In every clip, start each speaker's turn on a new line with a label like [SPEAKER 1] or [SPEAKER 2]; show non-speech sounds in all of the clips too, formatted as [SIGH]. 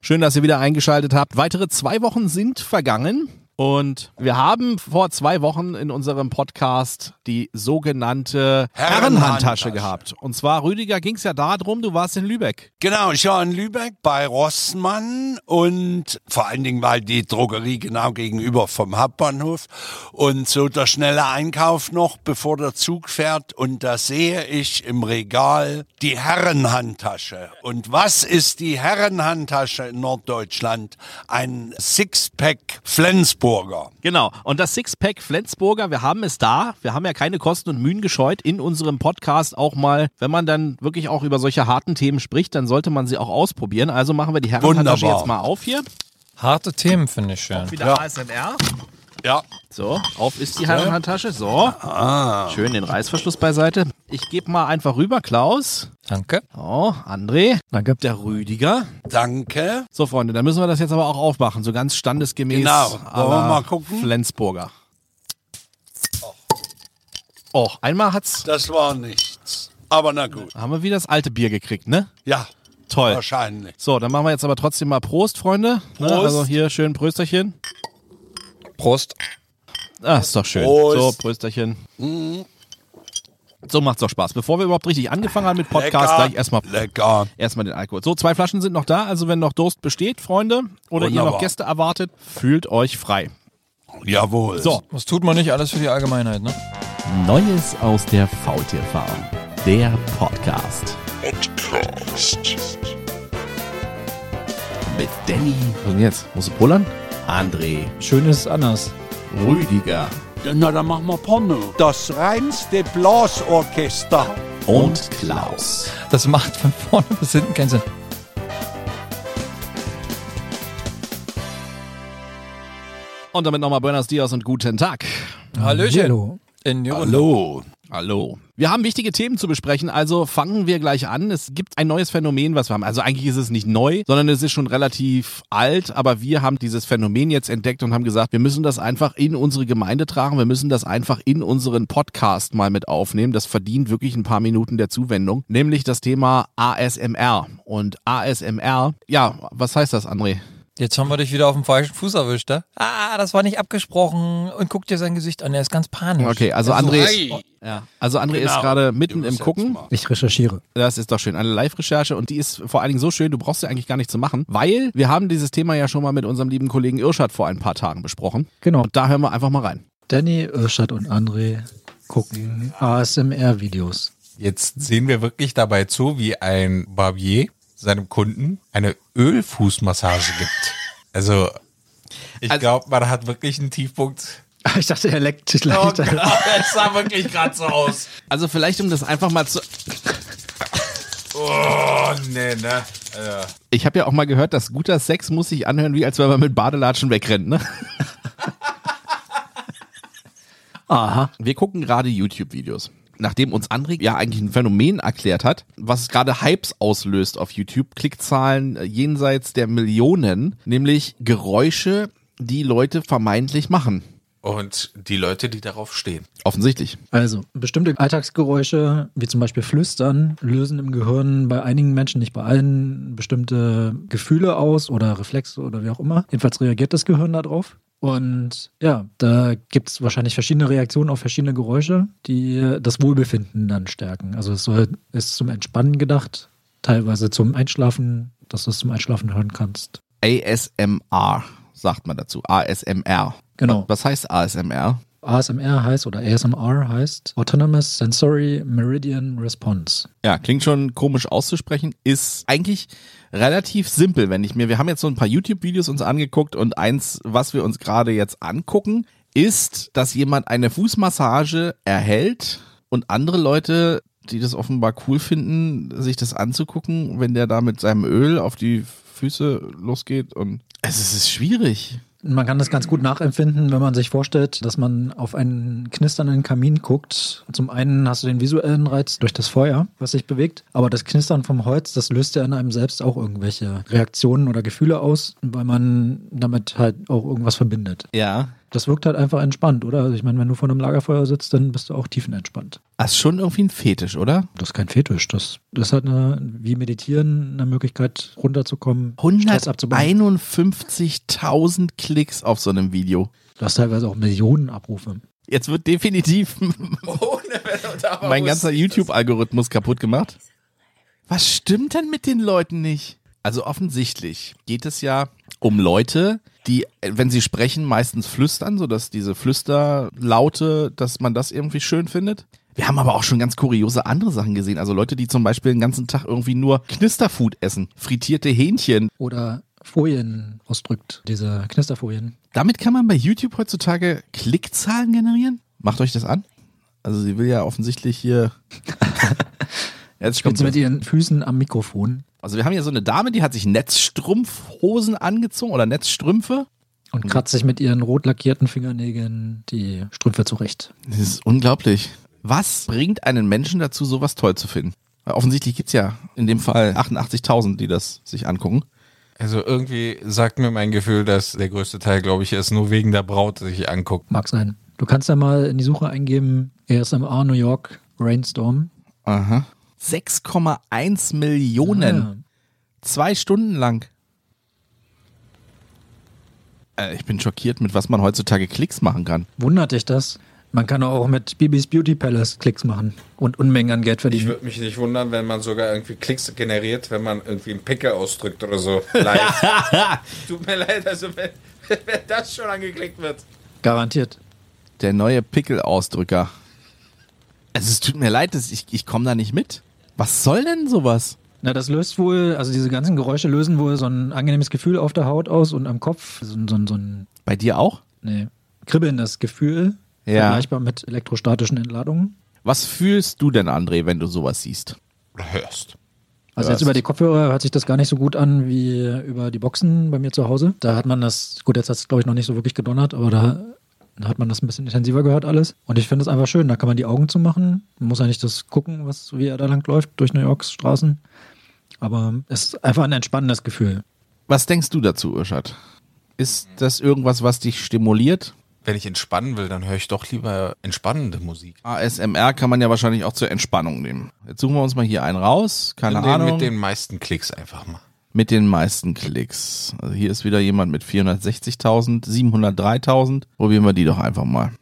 [SPEAKER 1] Schön, dass ihr wieder eingeschaltet habt. Weitere zwei Wochen sind vergangen. Und wir haben vor zwei Wochen in unserem Podcast die sogenannte Herrenhandtasche
[SPEAKER 2] Herrenhandtasche.
[SPEAKER 1] gehabt. Und zwar, Rüdiger, ging es ja darum, du warst in Lübeck.
[SPEAKER 2] Genau, ich war in Lübeck bei Rossmann und vor allen Dingen war die Drogerie genau gegenüber vom Hauptbahnhof und so der schnelle Einkauf noch, bevor der Zug fährt und da sehe ich im Regal die Herrenhandtasche. Und was ist die Herrenhandtasche in Norddeutschland? Ein Sixpack Flensburger.
[SPEAKER 1] Genau. Und das Sixpack Flensburger, wir haben es da. Wir haben ja keine Kosten und Mühen gescheut in unserem Podcast auch mal. Wenn man dann wirklich auch über solche harten Themen spricht, dann sollte man sie auch ausprobieren. Also machen wir die Herrenhandtasche
[SPEAKER 2] Wunderbar.
[SPEAKER 1] jetzt mal auf hier.
[SPEAKER 3] Harte Themen finde ich schön.
[SPEAKER 1] Wieder
[SPEAKER 2] Ja.
[SPEAKER 1] ASMR.
[SPEAKER 2] Ja,
[SPEAKER 1] So, auf ist die Herrenhandtasche. So.
[SPEAKER 2] Ah.
[SPEAKER 1] Schön den Reißverschluss beiseite. Ich gebe mal einfach rüber, Klaus.
[SPEAKER 3] Danke.
[SPEAKER 1] Oh, André.
[SPEAKER 3] Danke.
[SPEAKER 1] Der Rüdiger.
[SPEAKER 2] danke.
[SPEAKER 1] So, Freunde, dann müssen wir das jetzt aber auch aufmachen. So ganz standesgemäß.
[SPEAKER 2] Genau. Wollen
[SPEAKER 1] à la
[SPEAKER 2] wir mal gucken?
[SPEAKER 1] Flensburger. Oh, einmal hat's.
[SPEAKER 2] Das war nichts. Aber na gut.
[SPEAKER 1] Haben wir wieder das alte Bier gekriegt, ne?
[SPEAKER 2] Ja,
[SPEAKER 1] Toll.
[SPEAKER 2] wahrscheinlich.
[SPEAKER 1] So, dann machen wir jetzt aber trotzdem mal Prost, Freunde. Ne?
[SPEAKER 2] Prost.
[SPEAKER 1] Also hier schön Prösterchen.
[SPEAKER 3] Prost.
[SPEAKER 1] Ah, ist doch schön.
[SPEAKER 2] Prost.
[SPEAKER 1] So, Prösterchen. So macht's doch Spaß. Bevor wir überhaupt richtig angefangen haben mit Podcast,
[SPEAKER 2] Lecker.
[SPEAKER 1] gleich erstmal
[SPEAKER 2] Lecker.
[SPEAKER 1] erstmal den Alkohol. So, zwei Flaschen sind noch da. Also wenn noch Durst besteht, Freunde, oder ihr noch
[SPEAKER 2] Wunderbar.
[SPEAKER 1] Gäste erwartet, fühlt euch frei.
[SPEAKER 2] Jawohl.
[SPEAKER 1] So.
[SPEAKER 3] Was tut man nicht alles für die Allgemeinheit, ne?
[SPEAKER 1] Neues aus der Faultierfarm. Der Podcast. Podcast. Mit Danny. Und jetzt? Musst du pullern? André.
[SPEAKER 3] Schön ist es anders.
[SPEAKER 1] Rüdiger.
[SPEAKER 2] Na, dann machen wir Porno. Das reinste Blasorchester.
[SPEAKER 1] Und Klaus.
[SPEAKER 3] Das macht von vorne bis hinten keinen Sinn.
[SPEAKER 1] Und damit nochmal Buenos Dias und guten Tag.
[SPEAKER 3] Hallöchen. Hallo. In die Runde.
[SPEAKER 2] Hallo.
[SPEAKER 1] Hallo. Wir haben wichtige Themen zu besprechen, also fangen wir gleich an. Es gibt ein neues Phänomen, was wir haben. Also eigentlich ist es nicht neu, sondern es ist schon relativ alt, aber wir haben dieses Phänomen jetzt entdeckt und haben gesagt, wir müssen das einfach in unsere Gemeinde tragen, wir müssen das einfach in unseren Podcast mal mit aufnehmen. Das verdient wirklich ein paar Minuten der Zuwendung, nämlich das Thema ASMR. Und ASMR, ja, was heißt das, André?
[SPEAKER 3] Jetzt haben wir dich wieder auf dem falschen Fuß erwischt, ne? Ah, das war nicht abgesprochen. Und guck dir sein Gesicht an, er ist ganz panisch.
[SPEAKER 1] Okay, also
[SPEAKER 3] Er ist so,
[SPEAKER 1] André, ja, also André ist
[SPEAKER 2] Genau.
[SPEAKER 1] gerade mitten
[SPEAKER 2] Du
[SPEAKER 1] im
[SPEAKER 2] bist jetzt
[SPEAKER 1] Gucken.
[SPEAKER 2] mal.
[SPEAKER 4] Ich recherchiere.
[SPEAKER 1] Das ist doch schön. Eine Live-Recherche und die ist vor allen Dingen so schön, du brauchst sie eigentlich gar nicht zu machen, weil wir haben dieses Thema ja schon mal mit unserem lieben Kollegen Irschat vor ein paar Tagen besprochen.
[SPEAKER 4] Genau.
[SPEAKER 1] Und da hören wir einfach mal rein.
[SPEAKER 4] Danny, Irschad und André gucken ASMR-Videos.
[SPEAKER 5] Jetzt sehen wir wirklich dabei zu, wie ein Barbier seinem Kunden eine Ölfußmassage gibt. Also, ich
[SPEAKER 1] Also-
[SPEAKER 5] glaube, man hat wirklich einen Tiefpunkt.
[SPEAKER 4] [LAUGHS] Ich dachte, er leckt sich
[SPEAKER 5] Oh
[SPEAKER 4] leicht.
[SPEAKER 5] Gott, das sah wirklich gerade so aus.
[SPEAKER 1] Also vielleicht, um das einfach mal zu...
[SPEAKER 5] Oh, nee, ne? Ja.
[SPEAKER 1] Ich habe ja auch mal gehört, dass guter Sex muss sich anhören, wie als wenn man mit Badelatschen wegrennt, ne?
[SPEAKER 4] [LAUGHS] Aha.
[SPEAKER 1] Wir gucken gerade YouTube-Videos. Nachdem uns André ja eigentlich ein Phänomen erklärt hat, was gerade Hypes auslöst auf YouTube, Klickzahlen äh, jenseits der Millionen, nämlich Geräusche, die Leute vermeintlich machen.
[SPEAKER 5] Und die Leute, die darauf stehen.
[SPEAKER 1] Offensichtlich.
[SPEAKER 4] Also, bestimmte Alltagsgeräusche, wie zum Beispiel Flüstern, lösen im Gehirn bei einigen Menschen, nicht bei allen, bestimmte Gefühle aus oder Reflexe oder wie auch immer. Jedenfalls reagiert das Gehirn darauf. Und ja, da gibt es wahrscheinlich verschiedene Reaktionen auf verschiedene Geräusche, die das Wohlbefinden dann stärken. Also es soll, ist zum Entspannen gedacht, teilweise zum Einschlafen, dass du es zum Einschlafen hören kannst.
[SPEAKER 1] ASMR sagt man dazu. ASMR.
[SPEAKER 4] Genau.
[SPEAKER 1] Was heißt ASMR?
[SPEAKER 4] ASMR heißt oder ASMR heißt Autonomous Sensory Meridian Response.
[SPEAKER 1] Ja, klingt schon komisch auszusprechen, ist eigentlich relativ simpel, wenn ich mir, wir haben jetzt so ein paar YouTube-Videos uns angeguckt und eins, was wir uns gerade jetzt angucken, ist, dass jemand eine Fußmassage erhält und andere Leute, die das offenbar cool finden, sich das anzugucken, wenn der da mit seinem Öl auf die Füße losgeht und es ist schwierig.
[SPEAKER 4] Man kann das ganz gut nachempfinden, wenn man sich vorstellt, dass man auf einen knisternden Kamin guckt. Zum einen hast du den visuellen Reiz durch das Feuer, was sich bewegt, aber das Knistern vom Holz, das löst ja in einem selbst auch irgendwelche Reaktionen oder Gefühle aus, weil man damit halt auch irgendwas verbindet.
[SPEAKER 1] Ja.
[SPEAKER 4] Das wirkt halt einfach entspannt, oder? Also ich meine, wenn du vor einem Lagerfeuer sitzt, dann bist du auch tiefenentspannt.
[SPEAKER 1] Das ist schon irgendwie ein Fetisch, oder?
[SPEAKER 4] Das ist kein Fetisch. Das, das hat eine, wie meditieren, eine Möglichkeit runterzukommen, Stress abzubauen.
[SPEAKER 1] 151.000 Klicks auf so einem Video.
[SPEAKER 4] Du hast teilweise auch Millionen Abrufe.
[SPEAKER 1] Jetzt wird definitiv [LAUGHS] mein ganzer YouTube-Algorithmus kaputt gemacht. Was stimmt denn mit den Leuten nicht? Also offensichtlich geht es ja um Leute, die, äh, wenn sie sprechen, meistens flüstern, sodass diese Flüsterlaute, dass man das irgendwie schön findet. Wir haben aber auch schon ganz kuriose andere Sachen gesehen. Also Leute, die zum Beispiel den ganzen Tag irgendwie nur Knisterfood essen, frittierte Hähnchen.
[SPEAKER 4] Oder Folien ausdrückt, diese Knisterfolien.
[SPEAKER 1] Damit kann man bei YouTube heutzutage Klickzahlen generieren? Macht euch das an? Also sie will ja offensichtlich hier... [LAUGHS] Jetzt
[SPEAKER 4] Spielt
[SPEAKER 1] kommt
[SPEAKER 4] sie mit ihren Füßen am Mikrofon
[SPEAKER 1] Also wir haben hier so eine Dame, die hat sich Netzstrumpfhosen angezogen oder Netzstrümpfe.
[SPEAKER 4] und kratzt sich mit ihren rot lackierten Fingernägeln die Strümpfe zurecht.
[SPEAKER 1] Das ist unglaublich. Was bringt einen Menschen dazu, sowas toll zu finden? Weil offensichtlich gibt's ja in dem Fall 88.000, die das sich angucken.
[SPEAKER 5] Also irgendwie sagt mir mein Gefühl, dass der größte Teil, glaube ich, ist nur wegen der Braut sich anguckt.
[SPEAKER 4] Mag sein. Du kannst ja mal in die Suche eingeben, ASMR New York Rainstorm.
[SPEAKER 1] Aha. 6,1 Millionen.
[SPEAKER 4] Ah.
[SPEAKER 1] Zwei Stunden lang. Äh, ich bin schockiert, mit was man heutzutage Klicks machen kann.
[SPEAKER 4] Wundert dich das? Man kann auch mit Bibis Beauty Palace Klicks machen und Unmengen an Geld
[SPEAKER 5] Ich
[SPEAKER 4] verdienen.
[SPEAKER 5] würde mich nicht wundern, wenn man sogar irgendwie Klicks generiert, wenn man irgendwie einen Pickel ausdrückt oder so. Live. Tut mir leid, also wenn, [LAUGHS] wenn das schon angeklickt wird.
[SPEAKER 4] Garantiert.
[SPEAKER 1] Der neue Pickelausdrücker. Also es tut mir leid, dass ich, ich komme da nicht mit. Was soll denn sowas?
[SPEAKER 4] Na, das löst wohl, also diese ganzen Geräusche lösen wohl so ein angenehmes Gefühl auf der Haut aus und am Kopf. So, ein- so, ein- so ein
[SPEAKER 1] Bei dir auch?
[SPEAKER 4] nee, kribbelndes Gefühl.
[SPEAKER 1] Ja.
[SPEAKER 4] Vergleichbar mit elektrostatischen Entladungen.
[SPEAKER 1] Was fühlst du denn, André, wenn du sowas siehst?
[SPEAKER 5] Hörst.
[SPEAKER 4] Also
[SPEAKER 1] Ja,
[SPEAKER 4] jetzt
[SPEAKER 1] es-
[SPEAKER 4] über die Kopfhörer hört sich das gar nicht so gut an wie über die Boxen bei mir zu Hause. Da hat man das, gut, jetzt hat es glaube ich noch nicht so wirklich gedonnert, aber da da hat man das ein bisschen intensiver gehört alles. Und ich finde es einfach schön, da kann man die Augen zumachen. Man muss ja nicht das gucken, was, wie er da lang läuft durch New Yorks Straßen. Aber es ist einfach ein entspannendes Gefühl.
[SPEAKER 1] Was denkst du dazu, Irschad? Ist das irgendwas, was dich stimuliert?
[SPEAKER 5] Wenn ich entspannen will, dann höre ich doch lieber entspannende Musik.
[SPEAKER 1] ASMR kann man ja wahrscheinlich auch zur Entspannung nehmen. Jetzt suchen wir uns mal hier einen raus. Keine
[SPEAKER 5] Den
[SPEAKER 1] Ahnung.
[SPEAKER 5] Mit den meisten Klicks einfach mal.
[SPEAKER 1] mit den meisten Klicks. Also hier ist wieder jemand mit 460.000, 703.000. Probieren wir die doch einfach mal.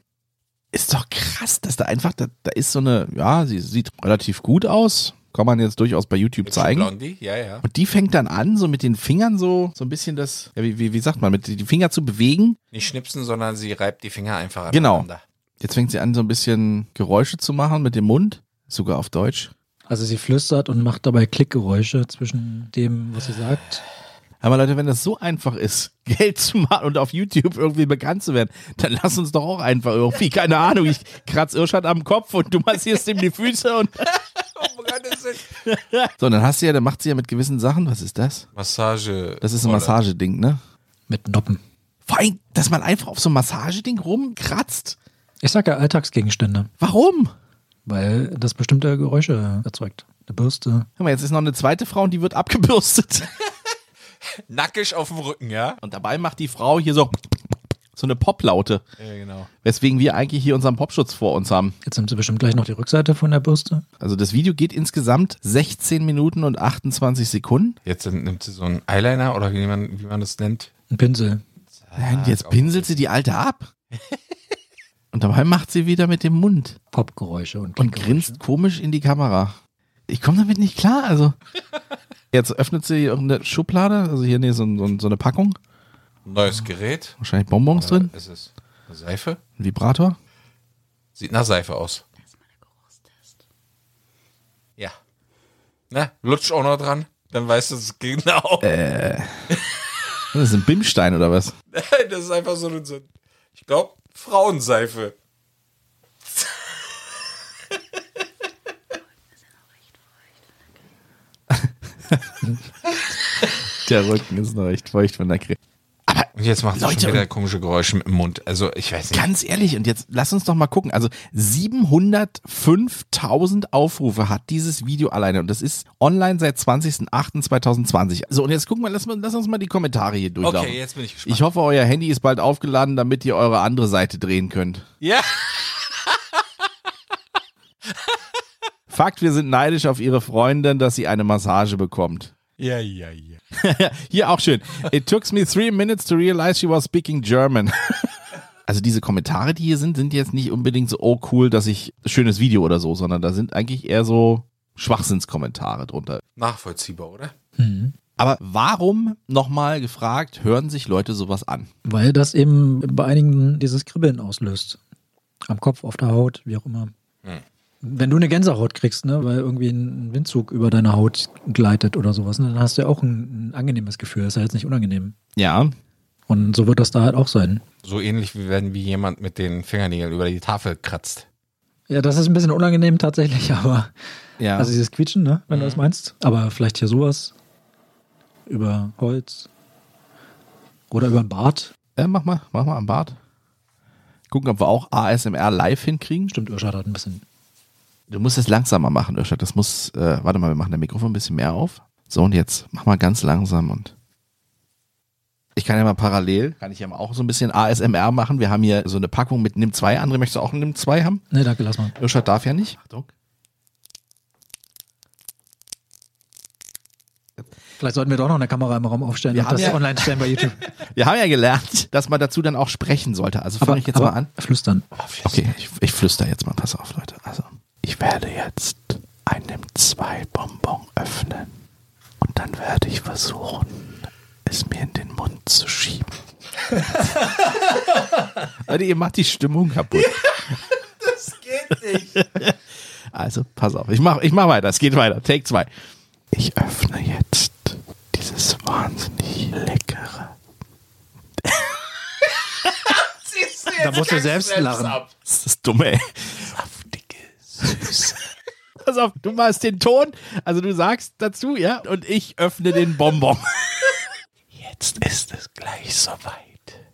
[SPEAKER 1] Ist doch krass, dass da einfach, da, da ist so eine, ja, sie sieht relativ gut aus. Kann man jetzt durchaus bei YouTube zeigen.
[SPEAKER 5] Blondie? Ja, ja.
[SPEAKER 1] Und die fängt dann an, so mit den Fingern so, so ein bisschen das, ja, wie, wie, wie sagt man, mit die Finger zu bewegen.
[SPEAKER 5] Nicht schnipsen, sondern sie reibt die Finger einfach
[SPEAKER 1] Genau.
[SPEAKER 5] aneinander.
[SPEAKER 1] Jetzt fängt sie an, so ein bisschen Geräusche zu machen mit dem Mund, sogar auf Deutsch.
[SPEAKER 4] Also sie flüstert und macht dabei Klickgeräusche zwischen dem, was sie sagt.
[SPEAKER 1] Aber Leute, wenn das so einfach ist, [LAUGHS] Geld zu machen und auf YouTube irgendwie bekannt zu werden, dann lass uns doch auch einfach irgendwie, keine Ahnung, ich kratz Irschat am Kopf und du massierst ihm die Füße
[SPEAKER 5] [LAUGHS]
[SPEAKER 1] und. [LAUGHS] So, dann hast du ja, dann macht sie ja mit gewissen Sachen, was ist das?
[SPEAKER 5] Massage.
[SPEAKER 1] Das ist ein Massageding, ne?
[SPEAKER 4] Mit Noppen.
[SPEAKER 1] Vor allem, dass man einfach auf so ein Massageding rumkratzt.
[SPEAKER 4] Ich sage ja Alltagsgegenstände,
[SPEAKER 1] Warum?
[SPEAKER 4] weil das bestimmte Geräusche erzeugt. Eine Bürste.
[SPEAKER 1] Guck mal, jetzt ist noch eine zweite Frau und die wird abgebürstet. [LAUGHS]
[SPEAKER 5] Nackig auf dem Rücken, ja?
[SPEAKER 1] Und dabei macht die Frau hier so, so eine Poplaute,
[SPEAKER 5] Ja, genau.
[SPEAKER 1] weswegen wir eigentlich hier unseren Popschutz vor uns haben.
[SPEAKER 4] Jetzt nimmt sie bestimmt gleich noch die Rückseite von der Bürste.
[SPEAKER 1] Also das Video geht insgesamt 16 Minuten und 28 Sekunden.
[SPEAKER 5] Jetzt nimmt sie so einen Eyeliner oder wie man, wie man das nennt.
[SPEAKER 4] Ein Pinsel.
[SPEAKER 1] Nein, Ah, jetzt pinselt sie die Alte [LAUGHS] ab. Und dabei macht sie wieder mit dem Mund
[SPEAKER 4] Popgeräusche und,
[SPEAKER 1] und
[SPEAKER 4] Klickgeräusche.
[SPEAKER 1] grinst komisch ne? in die Kamera. Ich komme damit nicht klar, [LAUGHS] also. Jetzt öffnet sie irgendeine Schublade, also hier nee, so, ein- so, ein- so eine Packung,
[SPEAKER 5] Neues Gerät.
[SPEAKER 1] wahrscheinlich Bonbons drin,
[SPEAKER 5] Äh, Ist es eine Seife?
[SPEAKER 1] ein Vibrator.
[SPEAKER 5] Sieht nach Seife aus. Ja. Na, lutscht auch noch dran. Dann weißt du es genau.
[SPEAKER 1] Äh. Das ist ein Bimstein oder was?
[SPEAKER 5] [LAUGHS] Das ist einfach so ein, so ein- ich glaube, Frauenseife.
[SPEAKER 1] Der Rücken ist noch echt feucht von der Creme. Aber
[SPEAKER 5] Und jetzt macht es
[SPEAKER 1] Leute,
[SPEAKER 5] schon wieder
[SPEAKER 1] und-
[SPEAKER 5] komische Geräusche im Mund. Also ich weiß nicht.
[SPEAKER 1] ganz ehrlich, und jetzt lass uns doch mal gucken. Also 705.000 Aufrufe hat dieses Video alleine und das ist online seit 20.08.2020. So, und jetzt gucken wir, lass, mal, lass uns mal die Kommentare hier durchlaufen.
[SPEAKER 5] Okay, jetzt bin ich
[SPEAKER 1] Genau.
[SPEAKER 5] gespannt.
[SPEAKER 1] ich hoffe, euer Handy ist bald aufgeladen, damit ihr eure andere Seite drehen könnt.
[SPEAKER 5] ja.
[SPEAKER 1] [LAUGHS] Fakt, wir sind neidisch auf ihre Freundin, dass sie eine Massage bekommt.
[SPEAKER 5] Ja, ja, ja.
[SPEAKER 1] [LAUGHS] Hier auch schön. It took me three minutes to realize she was speaking German. [LAUGHS] Also diese Kommentare, die hier sind, sind jetzt nicht unbedingt so, oh cool, dass ich schönes Video oder so, sondern da sind eigentlich eher so Schwachsinnskommentare drunter.
[SPEAKER 5] Nachvollziehbar, oder?
[SPEAKER 1] Aber warum nochmal gefragt, hören sich Leute sowas an?
[SPEAKER 4] Weil das eben bei einigen dieses Kribbeln auslöst. Am Kopf, auf der Haut, wie auch immer.
[SPEAKER 1] Hm.
[SPEAKER 4] Wenn du eine Gänsehaut kriegst, ne, weil irgendwie ein Windzug über deine Haut gleitet oder sowas, ne, dann hast du ja auch ein, ein angenehmes Gefühl. Das ist ja jetzt nicht unangenehm.
[SPEAKER 1] Ja.
[SPEAKER 4] Und so wird das da halt auch sein.
[SPEAKER 5] So ähnlich wie wenn wie jemand mit den Fingernägeln über die Tafel kratzt.
[SPEAKER 4] Ja, das ist ein bisschen unangenehm tatsächlich, [LAUGHS] aber
[SPEAKER 1] Ja. Mhm.
[SPEAKER 4] also dieses Quietschen, ne, wenn du das meinst. Aber vielleicht hier sowas über Holz oder über ein Bart.
[SPEAKER 1] äh, mach mal, mach mal am Bart. Gucken, ob wir auch ASMR live hinkriegen.
[SPEAKER 4] Stimmt, Irschad hat ein bisschen.
[SPEAKER 1] Du musst es langsamer machen, Irschad. Das muss, äh, warte mal, wir machen das Mikrofon ein bisschen mehr auf. So, und jetzt mach mal ganz langsam und. Ich kann ja mal parallel, kann ich ja mal auch so ein bisschen ASMR machen. Wir haben hier so eine Packung mit Nimm 2. André, möchtest du auch einen Nimm 2 haben?
[SPEAKER 4] Ne, danke, lass mal.
[SPEAKER 1] Irschad darf ja nicht. Achtung.
[SPEAKER 4] Vielleicht sollten wir doch noch eine Kamera im Raum aufstellen
[SPEAKER 1] Wir
[SPEAKER 4] und
[SPEAKER 1] haben
[SPEAKER 4] das
[SPEAKER 1] ja-
[SPEAKER 4] online stellen bei
[SPEAKER 1] [LAUGHS]
[SPEAKER 4] YouTube.
[SPEAKER 1] Wir haben ja gelernt, dass man dazu dann auch sprechen sollte. Also fange ich jetzt mal an.
[SPEAKER 4] Flüstern.
[SPEAKER 1] Okay, ich, ich flüster jetzt mal. Pass auf, Leute. Also, ich werde jetzt ein Nimm 2 Bonbon öffnen. Und dann werde ich versuchen, es mir in den Mund zu schieben. Leute, ihr macht die Stimmung kaputt. Also, pass auf. Ich mach, ich mach weiter. Es geht weiter. Take 2. Ich öffne jetzt dieses wahnsinnig leckere.
[SPEAKER 4] Da musst du selbst lachen.
[SPEAKER 1] Das ist dumm, ey. Saftige Süße. [LAUGHS] Pass auf, du machst den Ton, also du sagst dazu, ja, und ich öffne den Bonbon. [LAUGHS] Jetzt ist es gleich soweit.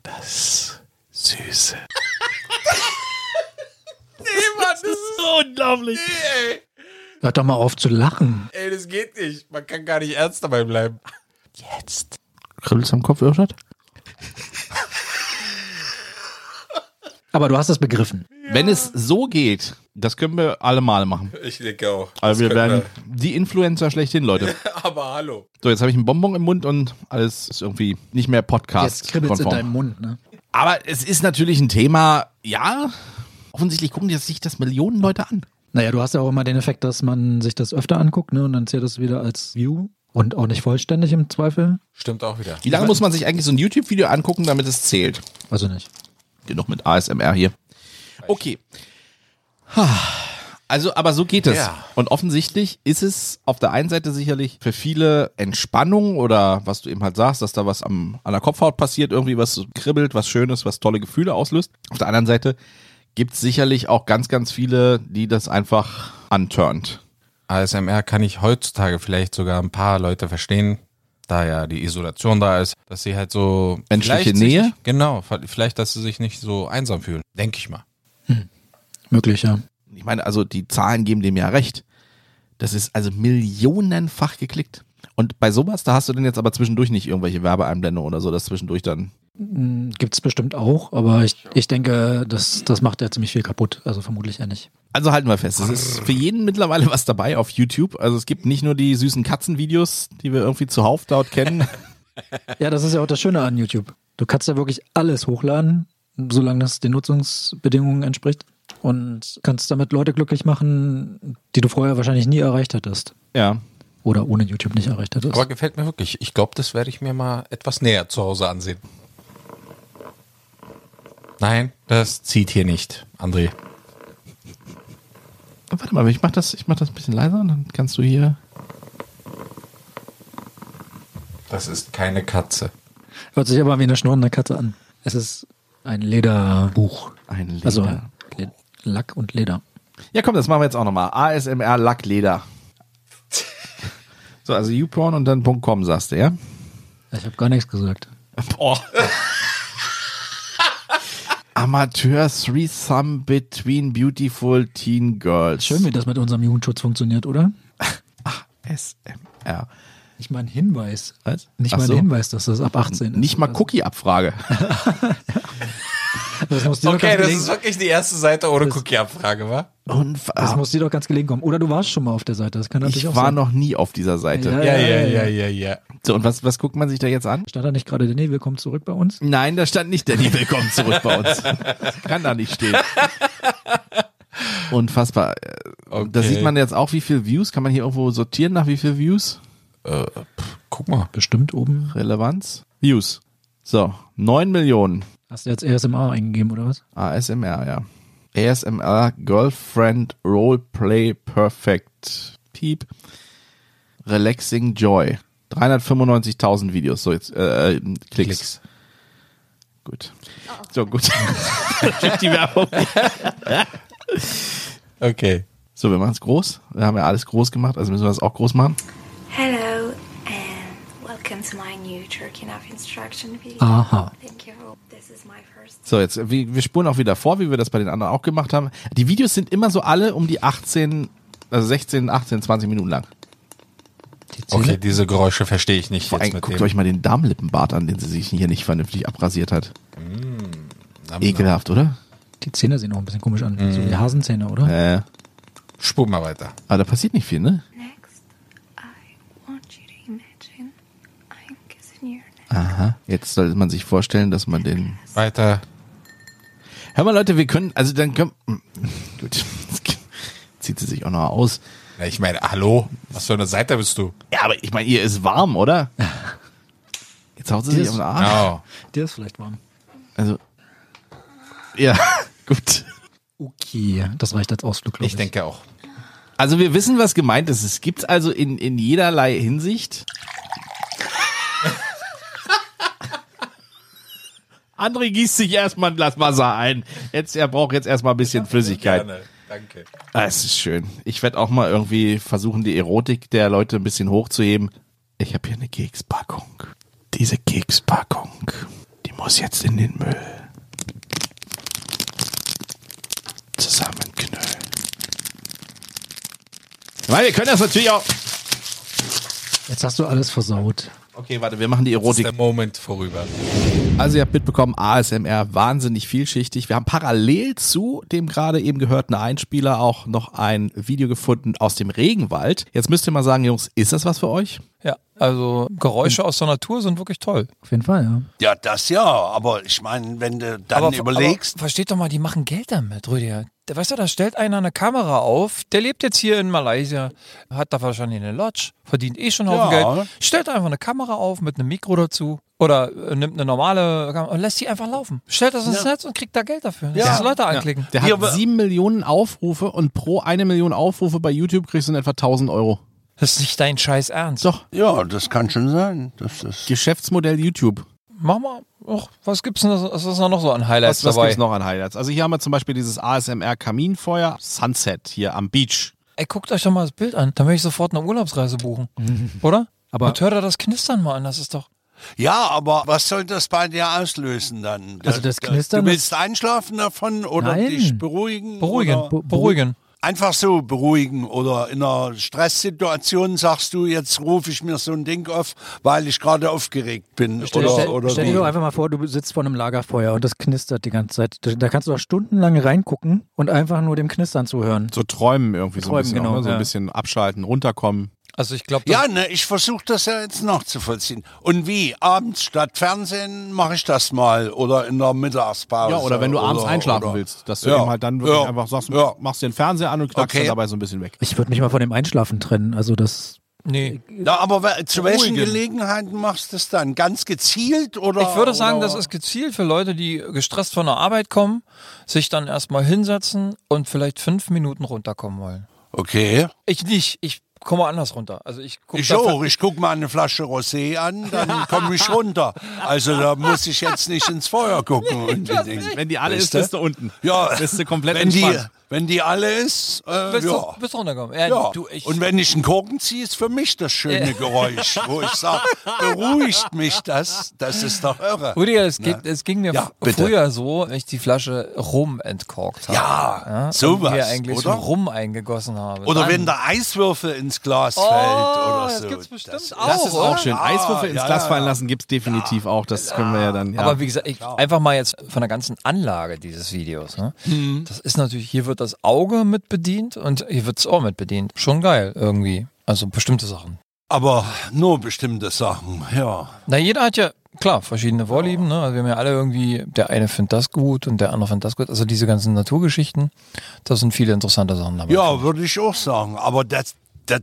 [SPEAKER 1] Das Süße. [LAUGHS] nee, Mann, das ist so unglaublich.
[SPEAKER 4] Hört doch mal auf zu lachen.
[SPEAKER 5] Ey, das geht nicht. Man kann gar nicht ernst dabei bleiben.
[SPEAKER 1] Jetzt. Kribbelst am Kopf, Irschad?
[SPEAKER 4] Aber du hast es begriffen.
[SPEAKER 1] Wenn es so geht, das können wir alle mal machen.
[SPEAKER 5] Ich denke auch.
[SPEAKER 1] Also wir werden die Influencer schlechthin, Leute.
[SPEAKER 5] [LAUGHS] Aber hallo.
[SPEAKER 1] So, jetzt habe ich einen Bonbon im Mund und alles ist irgendwie nicht mehr
[SPEAKER 4] Jetzt kribbelt in
[SPEAKER 1] Podcast-konform.
[SPEAKER 4] deinem Mund. Ne?
[SPEAKER 1] Aber es ist natürlich ein Thema, ja. Offensichtlich gucken jetzt sich das Millionen Leute an.
[SPEAKER 4] Naja, du hast ja auch immer den Effekt, dass man sich das öfter anguckt ne? und dann zählt das wieder als View und auch nicht vollständig im Zweifel.
[SPEAKER 5] Stimmt auch wieder.
[SPEAKER 1] Wie lange muss man sich eigentlich so ein YouTube-Video angucken, damit es zählt?
[SPEAKER 4] Also nicht.
[SPEAKER 1] Genug mit ASMR hier. Okay. Ha. Also, aber so geht es.
[SPEAKER 5] Ja.
[SPEAKER 1] Und offensichtlich ist es auf der einen Seite sicherlich für viele Entspannung oder was du eben halt sagst, dass da was am, an der Kopfhaut passiert, irgendwie was so kribbelt, was Schönes, was tolle Gefühle auslöst. Auf der anderen Seite gibt es sicherlich auch ganz, ganz viele, die das einfach anturnt.
[SPEAKER 5] ASMR kann ich heutzutage vielleicht sogar ein paar Leute verstehen, da ja die Isolation da ist, dass sie halt so
[SPEAKER 1] Menschliche
[SPEAKER 5] vielleicht
[SPEAKER 1] Nähe?
[SPEAKER 5] Sich, genau, vielleicht, dass sie sich nicht so einsam fühlen, denke ich mal.
[SPEAKER 4] Möglich, ja.
[SPEAKER 1] Ich meine, also die Zahlen geben dem ja recht. Das ist also millionenfach geklickt. Und bei sowas, da hast du denn jetzt aber zwischendurch nicht irgendwelche Werbeeinblendungen oder so, dass zwischendurch dann.
[SPEAKER 4] Gibt es bestimmt auch, aber ich, ich denke, das, das macht ja ziemlich viel kaputt. Also vermutlich eher nicht.
[SPEAKER 1] Also halten wir fest, es ist für jeden mittlerweile was dabei auf YouTube. Also es gibt nicht nur die süßen Katzenvideos, die wir irgendwie zuhauf dort kennen.
[SPEAKER 4] Ja, das ist ja auch das Schöne an YouTube. Du kannst ja wirklich alles hochladen, solange das den Nutzungsbedingungen entspricht. Und kannst damit Leute glücklich machen, die du vorher wahrscheinlich nie erreicht hättest.
[SPEAKER 1] ja.
[SPEAKER 4] Oder ohne YouTube nicht erreicht hättest.
[SPEAKER 5] Aber gefällt mir wirklich. Ich glaube, das werde ich mir mal etwas näher zu Hause ansehen. Nein, das zieht hier nicht, André.
[SPEAKER 1] Warte mal, ich mach das, ich mach das ein bisschen leiser und dann kannst du hier.
[SPEAKER 5] Das ist keine Katze.
[SPEAKER 4] Hört sich aber wie eine schnurrende Katze an. Es ist ein Lederbuch.
[SPEAKER 1] Ein Leder.
[SPEAKER 4] Also Le Lack und Leder.
[SPEAKER 1] Ja, komm, das machen wir jetzt auch nochmal. ASMR Lackleder. so, also YouPorn und dann .com sagst du, ja?
[SPEAKER 4] Ich habe gar nichts gesagt.
[SPEAKER 5] Boah.
[SPEAKER 1] Amateur Threesome between beautiful teen girls.
[SPEAKER 4] Schön, wie das mit unserem Jugendschutz funktioniert, oder?
[SPEAKER 1] SMR.
[SPEAKER 4] Nicht mal ein Hinweis.
[SPEAKER 1] Was?
[SPEAKER 4] Nicht
[SPEAKER 1] Ach
[SPEAKER 4] mal
[SPEAKER 1] so.
[SPEAKER 4] ein Hinweis, dass das ab 18 ist.
[SPEAKER 1] Nicht mal Cookie-Abfrage.
[SPEAKER 4] Das muss dir
[SPEAKER 5] Okay,
[SPEAKER 4] doch ganz
[SPEAKER 5] das
[SPEAKER 4] gelegen,
[SPEAKER 5] ist wirklich die erste Seite ohne Cookie-Abfrage, wa?
[SPEAKER 4] das
[SPEAKER 1] Unfassbar.
[SPEAKER 4] muss dir doch ganz gelegen kommen. Oder du warst schon mal auf der Seite. Das kann natürlich
[SPEAKER 1] Ich
[SPEAKER 4] auch
[SPEAKER 1] war
[SPEAKER 4] sein.
[SPEAKER 1] noch nie auf dieser Seite.
[SPEAKER 4] Ja,
[SPEAKER 5] Ja, ja, ja, ja, ja.
[SPEAKER 1] So, und was, was guckt man sich da jetzt an?
[SPEAKER 4] Stand da nicht gerade, nee, willkommen zurück bei uns?
[SPEAKER 1] Nein, da stand nicht Danny Willkommen zurück bei [LAUGHS] uns. Das kann da nicht stehen. Unfassbar. Äh, Da
[SPEAKER 5] Okay.
[SPEAKER 1] sieht man jetzt auch, wie viel Views. Kann man hier irgendwo sortieren nach wie viel Views?
[SPEAKER 5] Guck mal.
[SPEAKER 4] Bestimmt oben.
[SPEAKER 1] Relevanz? Views. So, 9 Millionen.
[SPEAKER 4] Hast du jetzt ASMR eingegeben oder was?
[SPEAKER 1] ASMR, ja. ASMR Girlfriend Roleplay Perfect. Piep. Relaxing Joy. 395.000 Videos. So, jetzt, äh, äh, Klicks.
[SPEAKER 5] Klicks.
[SPEAKER 1] Gut. So, [LAUGHS] gut. Stimmt die [LAUGHS] Werbung.
[SPEAKER 5] Okay.
[SPEAKER 1] So, wir machen es groß. Wir haben ja alles groß gemacht, also müssen wir das auch groß machen.
[SPEAKER 6] Hello and welcome to my new turkey knife instruction video.
[SPEAKER 4] Aha.
[SPEAKER 6] Thank you. This is my first
[SPEAKER 1] So, jetzt, äh, wir, wir spulen auch wieder vor, wie wir das bei den anderen auch gemacht haben. Die Videos sind immer so alle um die 18, also 16, 18, 20 Minuten lang.
[SPEAKER 4] Die Zähne?
[SPEAKER 5] Okay, diese Geräusche verstehe ich nicht
[SPEAKER 1] Vor
[SPEAKER 5] jetzt
[SPEAKER 1] allem,
[SPEAKER 5] mit
[SPEAKER 1] guckt
[SPEAKER 5] dem.
[SPEAKER 1] euch mal den Darmlippenbart an, den sie sich hier nicht vernünftig abrasiert hat.
[SPEAKER 5] nam,
[SPEAKER 1] Ekelhaft, oder?
[SPEAKER 4] Die Zähne sehen auch ein bisschen komisch an. So
[SPEAKER 1] Mhm.
[SPEAKER 4] wie Hasenzähne, oder?
[SPEAKER 1] Äh,
[SPEAKER 5] Spul mal weiter.
[SPEAKER 1] aber da passiert nicht viel, ne?
[SPEAKER 6] next. I want you to imagine I'm kissing your neck.
[SPEAKER 1] Aha. Jetzt sollte man sich vorstellen, dass man den.
[SPEAKER 5] Weiter.
[SPEAKER 1] Hör mal, Leute, wir können, also dann können. Hm, Gut. [LAUGHS] Zieht sie sich auch noch aus.
[SPEAKER 5] Na, ich meine, hallo? Was für eine Seite bist du?
[SPEAKER 1] Ja, aber ich meine, ihr ist warm,
[SPEAKER 5] [LAUGHS]
[SPEAKER 1] oder? Jetzt haut sie
[SPEAKER 4] Die
[SPEAKER 1] sich
[SPEAKER 4] ist-
[SPEAKER 1] auf den Arm.
[SPEAKER 5] Oh.
[SPEAKER 4] Der ist vielleicht warm.
[SPEAKER 1] Also. Ja, [LAUGHS] gut.
[SPEAKER 4] Okay, das reicht als Ausflug, glaub
[SPEAKER 5] Ich denke auch.
[SPEAKER 1] Also wir wissen, was gemeint ist. Es gibt also in, in jederlei Hinsicht. [LAUGHS] André gießt sich erstmal ein Glas Wasser ein. Jetzt, er braucht jetzt erstmal ein bisschen Flüssigkeit.
[SPEAKER 5] Danke.
[SPEAKER 1] Ah, es ist schön. Ich werde auch mal irgendwie versuchen, die Erotik der Leute ein bisschen hochzuheben. Ich habe hier eine Kekspackung. Diese Kekspackung, die muss jetzt in den Müll. Zusammenknüllen. Weil wir können das natürlich auch.
[SPEAKER 4] Jetzt hast du alles versaut.
[SPEAKER 1] Okay, warte, wir machen die
[SPEAKER 5] Ist
[SPEAKER 1] Erotik.
[SPEAKER 5] der Moment vorüber.
[SPEAKER 1] Also ihr habt mitbekommen, ASMR wahnsinnig vielschichtig. Wir haben parallel zu dem gerade eben gehörten Einspieler auch noch ein Video gefunden aus dem Regenwald. Jetzt müsst ihr mal sagen, Jungs, ist das was für euch?
[SPEAKER 3] Ja, also Geräusche aus der Natur sind wirklich toll.
[SPEAKER 4] Auf jeden Fall, ja.
[SPEAKER 2] Ja, das ja, aber ich meine, wenn du dann überlegst,
[SPEAKER 3] aber versteht doch mal, die machen Geld damit, Rüdiger. Da- Weißt du, da stellt einer eine Kamera auf, der lebt jetzt hier in Malaysia, hat da wahrscheinlich eine Lodge, verdient eh schon einen Haufen
[SPEAKER 2] Ja.
[SPEAKER 3] Geld, stellt einfach eine Kamera auf mit einem Mikro dazu oder äh, nimmt eine normale Kamera und lässt die einfach laufen. Stellt das ins Netz und kriegt da Geld dafür. Ja. Dass Leute anklicken.
[SPEAKER 1] Der
[SPEAKER 2] Ja,
[SPEAKER 1] hat
[SPEAKER 2] aber-
[SPEAKER 1] sieben Millionen Aufrufe und pro eine Million Aufrufe bei YouTube kriegst du in etwa 1000 Euro.
[SPEAKER 3] Das ist nicht dein scheiß Ernst.
[SPEAKER 1] Doch,
[SPEAKER 2] ja, das kann schon sein. Das ist
[SPEAKER 1] Geschäftsmodell YouTube.
[SPEAKER 3] Mach mal, och, was gibt's denn, da- was ist da noch so an Highlights
[SPEAKER 1] Was, was
[SPEAKER 3] dabei?
[SPEAKER 1] gibt's noch an Highlights? Also hier haben wir zum Beispiel dieses ASMR Kaminfeuer Sunset hier am Beach.
[SPEAKER 3] Ey, guckt euch doch mal das Bild an, dann will ich sofort eine
[SPEAKER 2] [LAUGHS]
[SPEAKER 3] Urlaubsreise buchen. Oder?
[SPEAKER 4] Aber-
[SPEAKER 3] und hört da das Knistern mal an, das ist doch.
[SPEAKER 2] ja, aber was soll das bei dir auslösen dann? Äh,
[SPEAKER 4] Also das Knistern-
[SPEAKER 2] Du willst einschlafen davon oder
[SPEAKER 4] Nein.
[SPEAKER 2] dich beruhigen?
[SPEAKER 3] Beruhigen,
[SPEAKER 2] Oder
[SPEAKER 3] be- beruhigen.
[SPEAKER 2] einfach so beruhigen oder in einer Stresssituation sagst du, jetzt rufe ich mir so ein Ding auf, weil ich gerade aufgeregt bin
[SPEAKER 4] Stell,
[SPEAKER 2] oder
[SPEAKER 4] stell,
[SPEAKER 2] oder
[SPEAKER 4] stell
[SPEAKER 2] wie.
[SPEAKER 4] dir doch einfach mal vor, du sitzt vor einem Lagerfeuer und das knistert die ganze Zeit. Da, da kannst du doch stundenlang reingucken und einfach nur dem Knistern zuhören.
[SPEAKER 1] So träumen irgendwie so ein
[SPEAKER 4] Träumen,
[SPEAKER 1] bisschen,
[SPEAKER 4] genau,
[SPEAKER 1] auch, ne? so ein
[SPEAKER 4] ja.
[SPEAKER 1] bisschen abschalten, runterkommen.
[SPEAKER 3] Also ich glaube,
[SPEAKER 2] Ja, ne, ich versuche das ja jetzt nachzuvollziehen. Und wie? Abends statt Fernsehen mache ich das mal oder in der Mittagspause.
[SPEAKER 1] Ja, Also oder wenn du abends einschlafen
[SPEAKER 2] oder-
[SPEAKER 1] willst, dass du
[SPEAKER 2] Ja,
[SPEAKER 1] eben halt dann wirklich
[SPEAKER 2] ja,
[SPEAKER 1] einfach sagst,
[SPEAKER 2] ja.
[SPEAKER 1] machst den Fernseher an und knackst
[SPEAKER 2] Okay.
[SPEAKER 1] dann dabei so ein bisschen weg.
[SPEAKER 4] Ich würde mich mal von dem Einschlafen trennen. Also das.
[SPEAKER 3] nee.
[SPEAKER 2] Na, aber we- zu welchen
[SPEAKER 3] Beruhigen.
[SPEAKER 2] Gelegenheiten machst du das dann? Ganz gezielt oder?
[SPEAKER 3] Ich würde sagen,
[SPEAKER 2] oder?
[SPEAKER 3] das ist gezielt für Leute, die gestresst von der Arbeit kommen, sich dann erstmal hinsetzen und vielleicht fünf Minuten runterkommen wollen.
[SPEAKER 2] Okay.
[SPEAKER 3] Ich nicht, ich komme anders runter. Also ich gucke
[SPEAKER 2] Ich auch. Ich gucke mal eine Flasche Rosé an, dann komme ich runter. Also da muss ich jetzt nicht ins Feuer gucken unbedingt.
[SPEAKER 1] Wenn die alle
[SPEAKER 2] Weißt
[SPEAKER 1] ist,
[SPEAKER 2] du?
[SPEAKER 1] bist du unten.
[SPEAKER 2] Ja,
[SPEAKER 1] Bist du komplett
[SPEAKER 2] wenn die,
[SPEAKER 1] entspannt.
[SPEAKER 2] Wenn die alle ist, äh,
[SPEAKER 3] Bist,
[SPEAKER 2] ja.
[SPEAKER 3] du, bist du runtergekommen? Ja,
[SPEAKER 2] Ja.
[SPEAKER 3] du, ich,
[SPEAKER 2] und wenn ich einen Korken ziehe, ist für mich das schöne Geräusch, wo ich sage, beruhigt mich das, das ist doch irre.
[SPEAKER 3] Rüdiger, es, geht, es ging mir
[SPEAKER 2] Ja,
[SPEAKER 3] f-
[SPEAKER 2] bitte.
[SPEAKER 3] früher so, wenn ich die Flasche Rum entkorkt habe.
[SPEAKER 2] Ja,
[SPEAKER 3] und
[SPEAKER 2] sowas,
[SPEAKER 3] Mir eigentlich
[SPEAKER 2] oder?
[SPEAKER 3] so Rum eingegossen habe.
[SPEAKER 2] Oder
[SPEAKER 3] Dann-
[SPEAKER 2] wenn der Eiswürfel ins Glas
[SPEAKER 3] Oh,
[SPEAKER 2] fällt oder
[SPEAKER 3] das
[SPEAKER 2] so.
[SPEAKER 3] gibt's bestimmt
[SPEAKER 2] das,
[SPEAKER 3] auch,
[SPEAKER 2] Das
[SPEAKER 1] Das
[SPEAKER 2] ist
[SPEAKER 1] ist auch
[SPEAKER 2] oder?
[SPEAKER 1] schön. Eiswürfel
[SPEAKER 2] Oh, Ah,
[SPEAKER 1] ins
[SPEAKER 2] ja,
[SPEAKER 1] Glas
[SPEAKER 2] ja,
[SPEAKER 1] fallen
[SPEAKER 2] ja.
[SPEAKER 1] lassen gibt's definitiv auch. Das können wir ja dann. Ja.
[SPEAKER 3] Aber wie gesagt, ich, einfach mal jetzt von der ganzen Anlage dieses Videos. Ne? Das ist natürlich, hier wird das Auge mit bedient und hier wird das Ohr mit bedient. Schon geil irgendwie. Also bestimmte Sachen.
[SPEAKER 2] aber nur bestimmte Sachen, ja.
[SPEAKER 3] Na, jeder hat ja, klar, verschiedene Vorlieben. Ne? Also wir haben ja alle irgendwie, der eine findet das gut und der andere findet das gut. Also diese ganzen Naturgeschichten, da sind viele interessante Sachen dabei.
[SPEAKER 2] Ja, würde ich auch sagen. Aber das, das,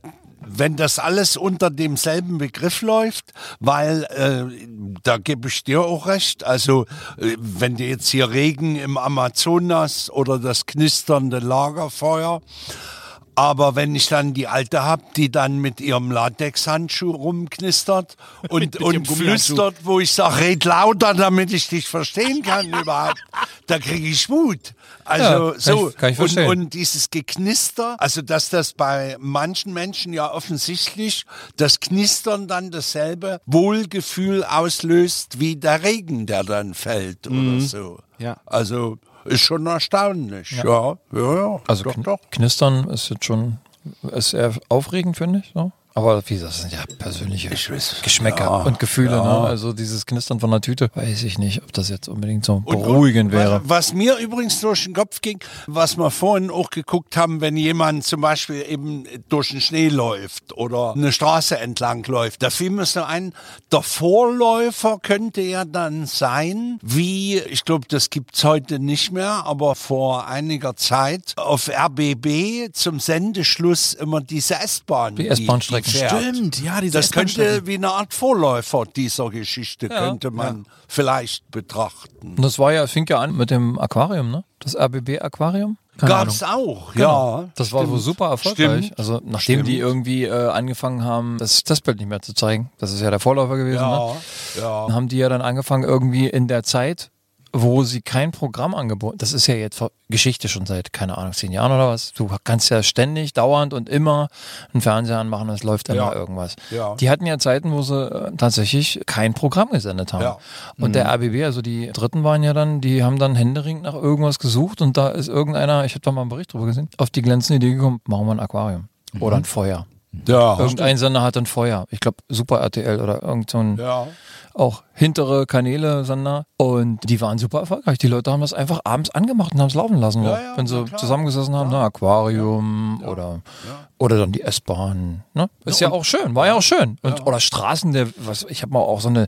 [SPEAKER 2] wenn das alles unter demselben Begriff läuft, weil äh, da gebe ich dir auch recht. Also äh, wenn dir jetzt hier Regen im Amazonas oder das knisternde Lagerfeuer. Aber wenn ich dann die Alte habe, die dann mit ihrem Latexhandschuh
[SPEAKER 3] [LAUGHS]
[SPEAKER 2] rumknistert und, und flüstert, wo ich sage, red lauter, damit ich dich verstehen
[SPEAKER 3] [LAUGHS]
[SPEAKER 2] kann überhaupt, da kriege ich Wut. Also
[SPEAKER 3] Ja, kann
[SPEAKER 2] so.
[SPEAKER 3] ich- kann ich verstehen.
[SPEAKER 2] Und, und dieses Geknister, also dass das bei manchen Menschen ja offensichtlich das Knistern dann dasselbe Wohlgefühl auslöst wie der Regen, der dann fällt oder so.
[SPEAKER 1] Ja.
[SPEAKER 2] Also ist schon erstaunlich. Ja, ja, ja.
[SPEAKER 3] Also
[SPEAKER 2] doch,
[SPEAKER 3] kn
[SPEAKER 2] doch.
[SPEAKER 3] knistern ist jetzt schon ist eher aufregend, finde ich. So. Aber wie gesagt, das sind ja persönliche
[SPEAKER 2] weiß.
[SPEAKER 3] Geschmäcker und Gefühle. Ne? Also dieses Knistern von der Tüte, weiß ich nicht, ob das jetzt unbedingt so beruhigend wäre.
[SPEAKER 2] Was, was mir übrigens durch den Kopf ging, was wir vorhin auch geguckt haben, wenn jemand zum Beispiel eben durch den Schnee läuft oder eine Straße entlang läuft, da fiel mir so ein, der Vorläufer könnte ja dann sein, wie, ich glaube, das gibt's heute nicht mehr, aber vor einiger Zeit auf RBB zum Sendeschluss immer diese S-Bahn.
[SPEAKER 3] Die S-Bahn-Strecken.
[SPEAKER 2] fährt.
[SPEAKER 1] Stimmt, ja, diese
[SPEAKER 2] Das könnte
[SPEAKER 1] S-Bahn-Strecken.
[SPEAKER 2] wie eine Art Vorläufer dieser Geschichte, könnte man vielleicht betrachten.
[SPEAKER 3] Und das war ja, es fing ja an mit dem Aquarium, ne? Das RBB-Aquarium.
[SPEAKER 2] Gab's auch, ja.
[SPEAKER 3] Das war so super erfolgreich.
[SPEAKER 2] Stimmt.
[SPEAKER 3] Also nachdem die irgendwie äh, angefangen haben, das, das Bild nicht mehr zu zeigen, das ist ja der Vorläufer gewesen, ne?
[SPEAKER 2] Ja, ja.
[SPEAKER 3] Dann haben die ja dann angefangen, irgendwie in der Zeit, wo sie kein Programm angeboten Das ist ja jetzt vor- Geschichte schon seit, keine Ahnung, zehn Jahren oder was. Du kannst ja ständig, dauernd und immer einen Fernseher anmachen, es läuft immer
[SPEAKER 2] Ja.
[SPEAKER 3] irgendwas.
[SPEAKER 2] Ja.
[SPEAKER 3] Die hatten ja Zeiten, wo sie äh, tatsächlich kein Programm gesendet haben.
[SPEAKER 2] Ja.
[SPEAKER 3] Und der RBB, also die Dritten waren ja dann, die haben dann händeringend nach irgendwas gesucht und da ist irgendeiner, ich habe da mal einen Bericht drüber gesehen, auf die glänzende Idee gekommen, machen wir ein Aquarium oder ein Feuer.
[SPEAKER 2] Ja.
[SPEAKER 3] Irgendein Sender hat ein Feuer. Ich glaube, Super RTL oder irgend so ein
[SPEAKER 2] Ja.
[SPEAKER 3] auch hintere Kanäle, Sander. Und die waren super erfolgreich. Die Leute haben das einfach abends angemacht und haben es laufen lassen.
[SPEAKER 2] Ja, ja,
[SPEAKER 3] wenn sie
[SPEAKER 2] na klar.
[SPEAKER 3] zusammengesessen haben, na, Aquarium oder, oder dann die S-Bahn. Ne? Ist ja, auch schön, war ja auch schön. Und, Oder Straßen, der, was, ich habe mal auch so eine.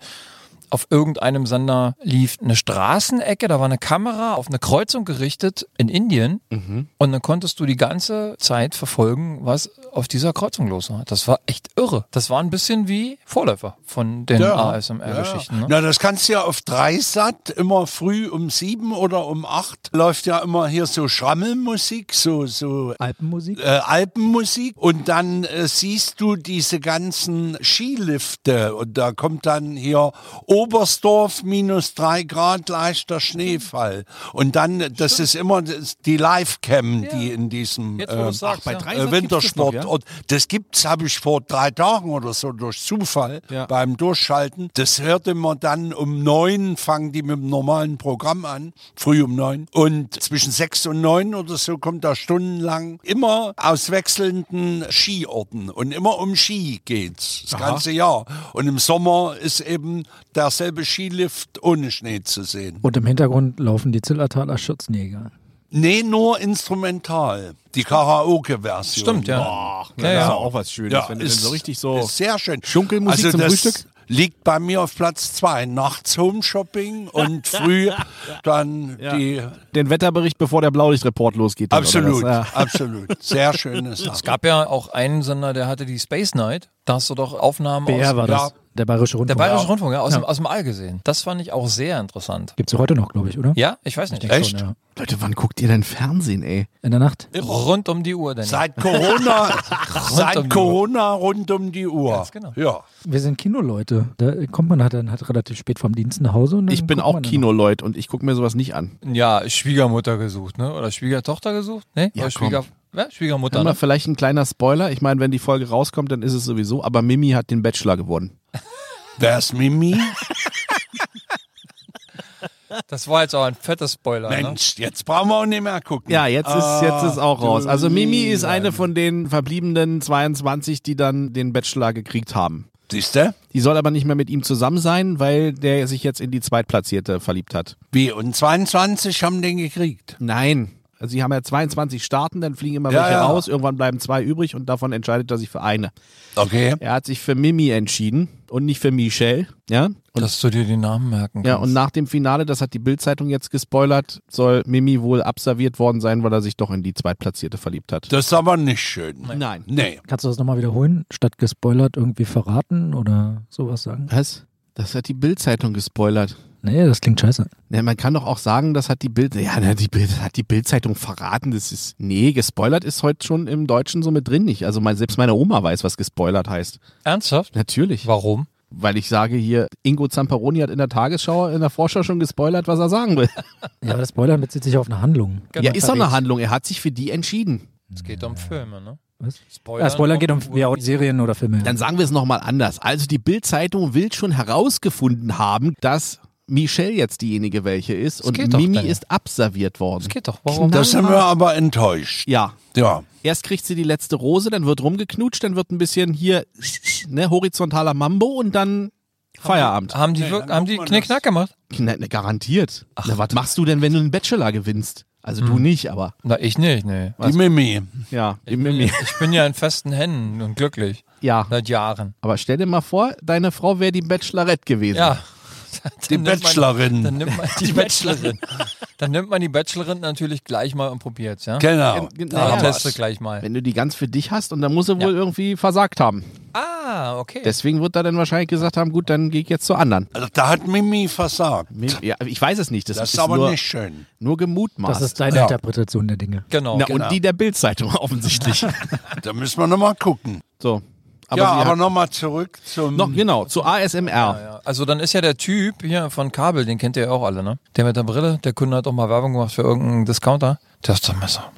[SPEAKER 3] Auf irgendeinem Sender lief eine Straßenecke, da war eine Kamera auf eine Kreuzung gerichtet in Indien und dann konntest du die ganze Zeit verfolgen, was auf dieser Kreuzung los war. Das war echt irre. Das war ein bisschen wie Vorläufer von den
[SPEAKER 2] Ja.
[SPEAKER 3] ASMR-Geschichten. Ne?
[SPEAKER 2] Na, das kannst du ja auf Dreisat immer früh um sieben oder um acht läuft ja immer hier so Schrammelmusik, so, so
[SPEAKER 4] Alpenmusik?
[SPEAKER 2] äh, Alpenmusik und dann äh, siehst du diese ganzen Skilifte und da kommt dann hier Oberstdorf minus drei Grad leichter Schneefall und dann das ist immer das, die Livecam, die in diesem
[SPEAKER 3] Jetzt, wo du's sagst,
[SPEAKER 1] bei
[SPEAKER 3] ja.
[SPEAKER 1] drei
[SPEAKER 2] äh, Wintersport. Und das gibt's, habe ich vor drei Tagen oder so durch Zufall
[SPEAKER 1] Ja.
[SPEAKER 2] beim Durchschalten. Das hörte man dann um neun, fangen die mit dem normalen Programm an, früh um neun. Und zwischen sechs und neun oder so kommt da stundenlang immer aus wechselnden Skiorten und immer um Ski geht's das ganze Jahr. Und im Sommer ist eben derselbe Skilift ohne Schnee zu sehen.
[SPEAKER 4] Und im Hintergrund laufen die Zillertaler Schützenjäger.
[SPEAKER 2] Nee, nur instrumental. Die Karaoke-Version.
[SPEAKER 3] Stimmt, ja.
[SPEAKER 1] Ach,
[SPEAKER 3] Ja,
[SPEAKER 1] das ist
[SPEAKER 3] ja.
[SPEAKER 1] auch was Schönes, wenn du denn so richtig so.
[SPEAKER 2] Ist sehr schön. Also
[SPEAKER 1] Schunkelmusik zum
[SPEAKER 2] das
[SPEAKER 1] Frühstück?
[SPEAKER 2] Liegt bei mir auf Platz zwei. Nachts Home Shopping
[SPEAKER 1] [LAUGHS]
[SPEAKER 2] und früh dann die.
[SPEAKER 1] Den Wetterbericht, bevor der Blaulichtreport losgeht. dann, oder äh,
[SPEAKER 2] Absolut,
[SPEAKER 1] was? Ja.
[SPEAKER 2] absolut. Sehr
[SPEAKER 1] [LAUGHS]
[SPEAKER 2] schöne Sache.
[SPEAKER 3] Es gab ja auch einen Sender, der hatte die Space Night. Da hast du doch Aufnahmen
[SPEAKER 4] BR
[SPEAKER 3] aus.
[SPEAKER 4] war das.
[SPEAKER 2] Ja,
[SPEAKER 4] Der
[SPEAKER 3] Der
[SPEAKER 4] Bayerische Rundfunk.
[SPEAKER 3] Bayerische Rundfunk, ja, aus, Dem, aus dem All gesehen. Das fand ich auch sehr interessant.
[SPEAKER 4] Gibt es ja heute noch, glaube ich, oder?
[SPEAKER 3] Ja, ich weiß nicht.
[SPEAKER 4] Ich denk
[SPEAKER 3] Echt?
[SPEAKER 4] schon, ja.
[SPEAKER 1] Leute, wann guckt ihr denn Fernsehen, ey?
[SPEAKER 4] In der Nacht.
[SPEAKER 3] Rund um die Uhr, Danny.
[SPEAKER 1] [LAUGHS]
[SPEAKER 2] Seit Corona,
[SPEAKER 3] um die
[SPEAKER 2] seit
[SPEAKER 3] Uhr.
[SPEAKER 2] Corona rund um die Uhr.
[SPEAKER 3] Ganz genau.
[SPEAKER 2] Ja.
[SPEAKER 4] Wir sind Kinoleute. Da kommt man halt dann halt relativ spät vom Dienst nach Hause. Und dann
[SPEAKER 1] Ich bin
[SPEAKER 4] guckt
[SPEAKER 1] auch
[SPEAKER 4] man dann
[SPEAKER 1] Kinoleut und ich gucke mir sowas nicht an.
[SPEAKER 3] Ja, Schwiegermutter gesucht, ne? Oder Schwiegertochter gesucht? Ne?
[SPEAKER 1] Ja,
[SPEAKER 3] Oder
[SPEAKER 1] komm.
[SPEAKER 3] Schwieger, ja, Schwiegermutter.
[SPEAKER 1] Immer
[SPEAKER 3] Ne?
[SPEAKER 1] vielleicht ein kleiner Spoiler. Ich meine, wenn die Folge rauskommt, dann ist es sowieso. Aber Mimi hat den Bachelor gewonnen.
[SPEAKER 2] Wer ist Mimi?
[SPEAKER 3] Das war jetzt auch ein fetter Spoiler. Ne?
[SPEAKER 2] Mensch, jetzt brauchen wir auch nicht mehr gucken.
[SPEAKER 1] Ja, jetzt ist jetzt ist auch
[SPEAKER 2] Ah, du
[SPEAKER 1] raus. Also Mimi ist
[SPEAKER 2] Lieber.
[SPEAKER 1] eine von den verbliebenen 22, die dann den Bachelor gekriegt haben.
[SPEAKER 2] Siehst du?
[SPEAKER 1] Die soll aber nicht mehr mit ihm zusammen sein, weil der sich jetzt in die Zweitplatzierte verliebt hat.
[SPEAKER 2] Wie? Und 22 haben den gekriegt.
[SPEAKER 1] Nein. Also sie haben ja 22 Starten, dann fliegen immer
[SPEAKER 2] Ja,
[SPEAKER 1] welche
[SPEAKER 2] ja.
[SPEAKER 1] raus, irgendwann bleiben zwei übrig und davon entscheidet er sich für eine.
[SPEAKER 2] Okay.
[SPEAKER 1] Er hat sich für Mimi entschieden und nicht für Michelle, ja? Und
[SPEAKER 3] Dass du dir die Namen merken kannst.
[SPEAKER 1] Ja, und nach dem Finale, das hat die Bild-Zeitung jetzt gespoilert, soll Mimi wohl abserviert worden sein, weil er sich doch in die Zweitplatzierte verliebt hat.
[SPEAKER 2] Das ist aber nicht schön.
[SPEAKER 1] Nein.
[SPEAKER 2] Nee.
[SPEAKER 4] Kannst du das nochmal wiederholen? Statt gespoilert irgendwie verraten oder sowas sagen?
[SPEAKER 1] Was? Das hat die Bild-Zeitung gespoilert.
[SPEAKER 4] Nee, das klingt scheiße.
[SPEAKER 1] Ja, man kann doch auch sagen, das hat die Bild, ja, na, die Bild, das hat die Bild-Zeitung verraten. Das ist, nee, gespoilert ist heute schon im Deutschen so mit drin nicht. Also mein, selbst meine Oma weiß, was gespoilert heißt.
[SPEAKER 3] Ernsthaft?
[SPEAKER 1] Natürlich,
[SPEAKER 3] Warum?
[SPEAKER 1] weil ich sage hier, Ingo Zamperoni hat in der Tagesschau, in der Vorschau schon gespoilert, was er sagen
[SPEAKER 3] [LAUGHS]
[SPEAKER 1] will.
[SPEAKER 4] Ja, aber das Spoilern bezieht sich auf eine Handlung.
[SPEAKER 1] Ja, ist doch eine
[SPEAKER 3] unterwegs.
[SPEAKER 1] Handlung. Er hat sich für die entschieden.
[SPEAKER 3] Es geht um Filme, ne?
[SPEAKER 4] Was?
[SPEAKER 3] Spoiler,
[SPEAKER 4] Ja, Spoilern geht um ja, und Serien oder Filme.
[SPEAKER 1] Dann sagen wir es nochmal anders. Also die Bild-Zeitung will schon herausgefunden haben, dass Michelle jetzt diejenige welche ist und
[SPEAKER 3] geht doch,
[SPEAKER 1] Mimi
[SPEAKER 3] Daniel.
[SPEAKER 1] ist abserviert worden. Das
[SPEAKER 3] geht doch. Warum?
[SPEAKER 2] Das sind wir aber enttäuscht.
[SPEAKER 1] ja.
[SPEAKER 2] Ja.
[SPEAKER 1] Erst kriegt sie die letzte Rose, dann wird rumgeknutscht, dann wird ein bisschen hier ne, horizontaler Mambo und dann Feierabend.
[SPEAKER 3] Haben die, wirk-
[SPEAKER 2] dann
[SPEAKER 3] haben die
[SPEAKER 2] guckt man
[SPEAKER 3] Knickknack gemacht?
[SPEAKER 1] Na, na, garantiert. Na, was machst du denn, wenn du einen Bachelor gewinnst? Also du nicht, aber
[SPEAKER 3] Na, ich nicht, nee.
[SPEAKER 2] Die Mimi.
[SPEAKER 1] ja, die Mimi.
[SPEAKER 3] Ich bin ja in festen Händen und glücklich.
[SPEAKER 1] Ja,
[SPEAKER 3] Seit Jahren.
[SPEAKER 1] aber stell dir mal vor, deine Frau wäre die Bachelorette gewesen.
[SPEAKER 3] [LAUGHS] Ja. Dann
[SPEAKER 2] Die
[SPEAKER 3] nimmt man- Dann
[SPEAKER 2] Bachelorinn.
[SPEAKER 3] nimmt man die Bachelorinn. Dann nimmt man die Bachelorinn natürlich gleich mal und probiert's, ja?
[SPEAKER 2] Genau.
[SPEAKER 1] Genau.
[SPEAKER 3] Dann
[SPEAKER 2] Ja,
[SPEAKER 3] teste
[SPEAKER 2] was.
[SPEAKER 3] gleich mal.
[SPEAKER 1] Wenn du die ganz für dich hast und dann muss sie wohl irgendwie versagt haben.
[SPEAKER 3] Ah, okay.
[SPEAKER 1] Deswegen wird er dann wahrscheinlich gesagt haben, gut, dann gehe ich jetzt zur anderen.
[SPEAKER 2] Also da hat Mimi versagt.
[SPEAKER 1] Ja, ich weiß es nicht. Das,
[SPEAKER 2] Das
[SPEAKER 1] ist
[SPEAKER 2] ist aber
[SPEAKER 1] nur,
[SPEAKER 2] nicht schön.
[SPEAKER 1] nur gemutmaßt.
[SPEAKER 4] das ist deine
[SPEAKER 2] Ja.
[SPEAKER 4] Interpretation der Dinge.
[SPEAKER 3] genau.
[SPEAKER 1] Na, und die der Bildzeitung [LAUGHS] offensichtlich.
[SPEAKER 2] Da müssen wir nochmal gucken.
[SPEAKER 1] so. Aber
[SPEAKER 2] ja,
[SPEAKER 1] sie
[SPEAKER 2] aber
[SPEAKER 1] hat,
[SPEAKER 2] nochmal zurück zum.
[SPEAKER 1] noch genau zu ASMR.
[SPEAKER 3] Ja, Also dann ist ja der Typ hier von Kabel, den kennt ihr ja auch alle, ne? Der mit der Brille, der Kunde hat auch mal Werbung gemacht für irgendeinen Discounter. Du hast ein Messer.